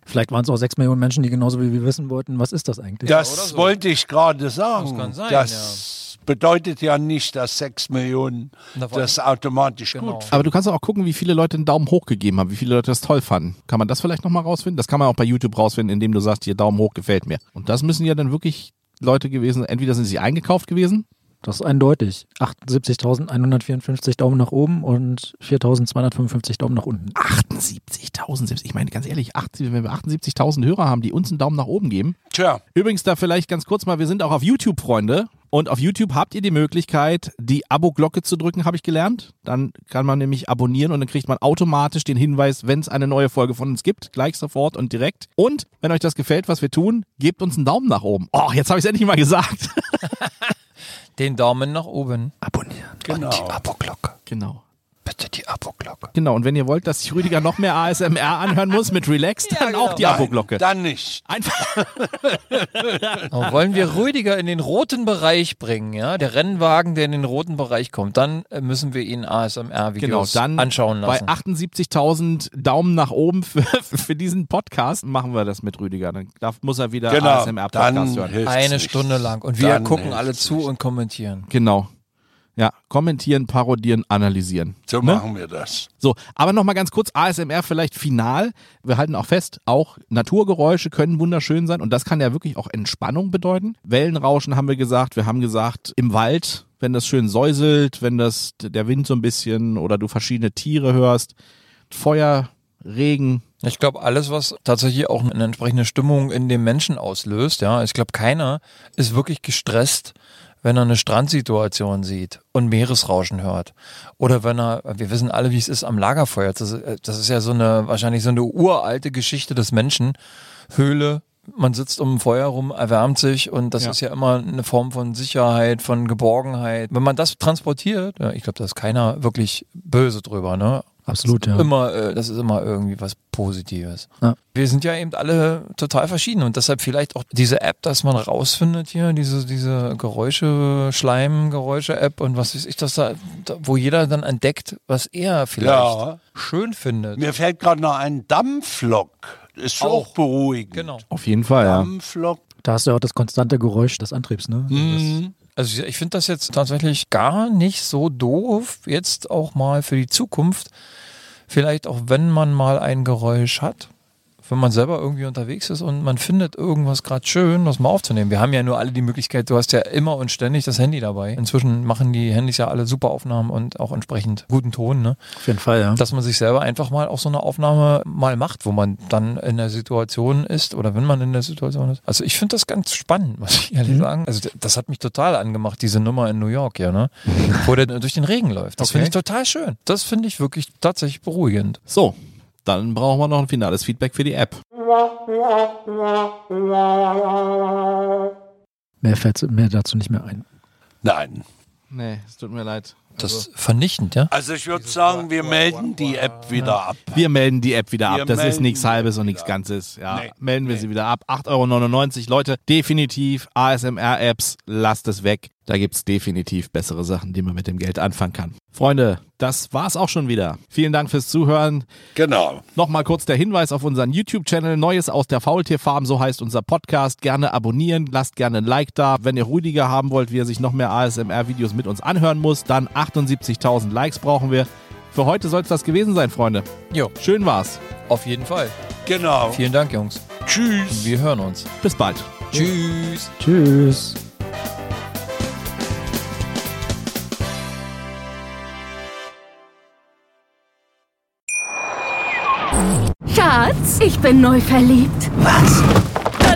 [SPEAKER 4] Vielleicht waren es auch 6 Millionen Menschen, die genauso wie wir wissen wollten, was ist das eigentlich?
[SPEAKER 2] Das wollte ich gerade sagen.
[SPEAKER 3] Das kann sein,
[SPEAKER 2] das bedeutet ja nicht, dass sechs Millionen
[SPEAKER 3] Na, vor
[SPEAKER 2] das automatisch
[SPEAKER 3] Genau.
[SPEAKER 2] gut
[SPEAKER 1] Aber du kannst auch gucken, wie viele Leute einen Daumen hoch gegeben haben, wie viele Leute das toll fanden. Kann man das vielleicht nochmal rausfinden? Das kann man auch bei YouTube rausfinden, indem du sagst, hier Daumen hoch gefällt mir. Und das müssen ja dann wirklich Leute gewesen, entweder sind sie eingekauft gewesen.
[SPEAKER 4] Das ist eindeutig. 78.154 Daumen nach oben und 4.255 Daumen nach unten.
[SPEAKER 1] 78.000, selbst- ich meine ganz ehrlich, 80, wenn wir 78.000 Hörer haben, die uns einen Daumen nach oben geben.
[SPEAKER 2] Tja,
[SPEAKER 1] Übrigens da vielleicht ganz kurz mal, wir sind auch auf YouTube, Freunde. Und auf YouTube habt ihr die Möglichkeit, die Abo-Glocke zu drücken, habe ich gelernt. Dann kann man nämlich abonnieren und dann kriegt man automatisch den Hinweis, wenn es eine neue Folge von uns gibt, gleich sofort und direkt. Und wenn euch das gefällt, was wir tun, gebt uns einen Daumen nach oben. Oh, jetzt habe ich es endlich mal gesagt. [LAUGHS]
[SPEAKER 3] Den Daumen nach oben.
[SPEAKER 7] Abonnieren.
[SPEAKER 3] Und die Abo-Glocke.
[SPEAKER 1] Genau.
[SPEAKER 3] Bitte die Abo-Glocke.
[SPEAKER 1] Genau, und wenn ihr wollt, dass sich Rüdiger noch mehr ASMR anhören muss mit Relax, dann
[SPEAKER 3] genau.
[SPEAKER 1] auch die Abo-Glocke.
[SPEAKER 2] dann nicht.
[SPEAKER 1] Einfach.
[SPEAKER 3] Und wollen wir Rüdiger in den roten Bereich bringen, ja? Der Rennwagen, der in den roten Bereich kommt, dann äh, müssen wir ihn
[SPEAKER 1] Genau,
[SPEAKER 3] ASMR-Videos
[SPEAKER 1] dann
[SPEAKER 3] anschauen lassen.
[SPEAKER 1] bei 78.000 Daumen nach oben für, [LAUGHS] für diesen Podcast machen wir das mit Rüdiger. Dann darf, muss er wieder
[SPEAKER 2] Genau,
[SPEAKER 1] ASMR-Podcast
[SPEAKER 2] dann
[SPEAKER 1] hören.
[SPEAKER 2] hilft's
[SPEAKER 3] Eine
[SPEAKER 2] nichts.
[SPEAKER 3] Stunde lang. Und wir
[SPEAKER 2] Dann
[SPEAKER 3] gucken
[SPEAKER 2] hilft's
[SPEAKER 3] alle zu
[SPEAKER 2] nicht.
[SPEAKER 3] und kommentieren.
[SPEAKER 1] Genau. Ja, kommentieren, parodieren, analysieren.
[SPEAKER 2] So
[SPEAKER 3] Ne?
[SPEAKER 2] machen wir das.
[SPEAKER 1] So, aber nochmal ganz kurz, ASMR vielleicht final. Wir halten auch fest, auch Naturgeräusche können wunderschön sein und das kann ja wirklich auch Entspannung bedeuten. Wellenrauschen haben wir gesagt, wir haben gesagt, im Wald, wenn das schön säuselt, wenn das der Wind so ein bisschen oder du verschiedene Tiere hörst, Feuer, Regen,
[SPEAKER 3] Ich glaube, alles, was tatsächlich auch eine entsprechende Stimmung in dem Menschen auslöst, ja, ich glaube, keiner ist wirklich gestresst, wenn er eine Strandsituation sieht und Meeresrauschen hört. Oder wenn er, wir wissen alle, wie es ist äh, am Lagerfeuer. Das, ist- das ist ja so eine, wahrscheinlich so eine uralte Geschichte des Menschen. Höhle, man sitzt um ein Feuer rum, erwärmt sich und das
[SPEAKER 1] Ja.
[SPEAKER 3] ist ja immer eine Form von Sicherheit, von Geborgenheit. Wenn man das transportiert, ja, ich glaube, da ist keiner wirklich böse drüber, ne?
[SPEAKER 7] Absolut,
[SPEAKER 3] Das ist
[SPEAKER 7] ja.
[SPEAKER 3] Immer, äh, das ist immer irgendwie was Positives.
[SPEAKER 7] Ja.
[SPEAKER 3] Wir sind ja eben alle total verschieden und deshalb vielleicht auch diese App, dass man rausfindet hier, diese, diese Geräusche, Schleimgeräusche-App und was weiß ich, dass da, da, wo jeder dann entdeckt, was er vielleicht
[SPEAKER 2] Ja.
[SPEAKER 3] schön findet.
[SPEAKER 2] Mir fällt gerade noch ein Dampflok. Ist auch,
[SPEAKER 3] Auch.
[SPEAKER 2] auch beruhigend.
[SPEAKER 3] Genau.
[SPEAKER 1] Auf jeden Fall, ja.
[SPEAKER 2] Dampflok.
[SPEAKER 7] Da hast du ja auch das konstante Geräusch des Antriebs, ne?
[SPEAKER 3] Also ich finde das jetzt tatsächlich gar nicht so doof, jetzt auch mal für die Zukunft. Vielleicht auch, wenn man mal ein Geräusch hat, wenn man selber irgendwie unterwegs ist und man findet irgendwas gerade schön, das mal aufzunehmen. Wir haben ja nur alle die Möglichkeit, du hast ja immer und ständig das Handy dabei. Inzwischen machen die Handys ja alle super Aufnahmen und auch entsprechend guten Ton, ne?
[SPEAKER 7] Auf jeden Fall, ja.
[SPEAKER 3] dass man sich selber einfach mal auch so eine Aufnahme mal macht, wo man dann in der Situation ist oder wenn man in der Situation ist. Also ich finde das ganz spannend, [LAUGHS] muss ich ehrlich sagen. Also d- das hat mich total angemacht, diese Nummer in New York, ja, ne? Wo der durch den Regen läuft. Das finde ich total schön. Das finde ich wirklich tatsächlich beruhigend.
[SPEAKER 1] So, dann brauchen wir noch ein finales Feedback für die App.
[SPEAKER 7] Mehr fällt mir dazu nicht mehr ein.
[SPEAKER 2] Nein.
[SPEAKER 1] Nee, es tut mir leid.
[SPEAKER 3] Das
[SPEAKER 1] Also
[SPEAKER 3] ist vernichtend, ja?
[SPEAKER 2] Also ich würde sagen, wir melden die App wieder ab.
[SPEAKER 1] Wir melden die App wieder
[SPEAKER 2] Wir
[SPEAKER 1] ab. Das ist
[SPEAKER 2] melden
[SPEAKER 1] nichts
[SPEAKER 2] die App
[SPEAKER 1] Halbes und nichts
[SPEAKER 2] wieder
[SPEAKER 1] Ganzes. Ja,
[SPEAKER 2] Nee,
[SPEAKER 1] melden wir sie wieder ab. 8,99 Euro. Leute, definitiv ASMR-Apps, lasst es weg. Da gibt's definitiv bessere Sachen, die man mit dem Geld anfangen kann. Freunde, das war's auch schon wieder. Vielen Dank fürs Zuhören.
[SPEAKER 2] Genau.
[SPEAKER 1] Nochmal kurz der Hinweis auf unseren YouTube-Channel. Neues aus der Faultierfarm, so heißt unser Podcast. Gerne abonnieren, lasst gerne ein Like da. Wenn ihr Rüdiger haben wollt, wie er sich noch mehr ASMR-Videos mit uns anhören muss, dann 78.000 Likes brauchen wir. Für heute soll's das gewesen sein, Freunde.
[SPEAKER 3] Jo,
[SPEAKER 1] Schön war's.
[SPEAKER 3] auf jeden Fall.
[SPEAKER 2] Genau.
[SPEAKER 3] Vielen Dank, Jungs.
[SPEAKER 2] Tschüss.
[SPEAKER 3] Wir hören uns.
[SPEAKER 1] Bis bald.
[SPEAKER 3] Tschüss.
[SPEAKER 7] Tschüss.
[SPEAKER 8] Schatz, ich bin neu verliebt. Was? Da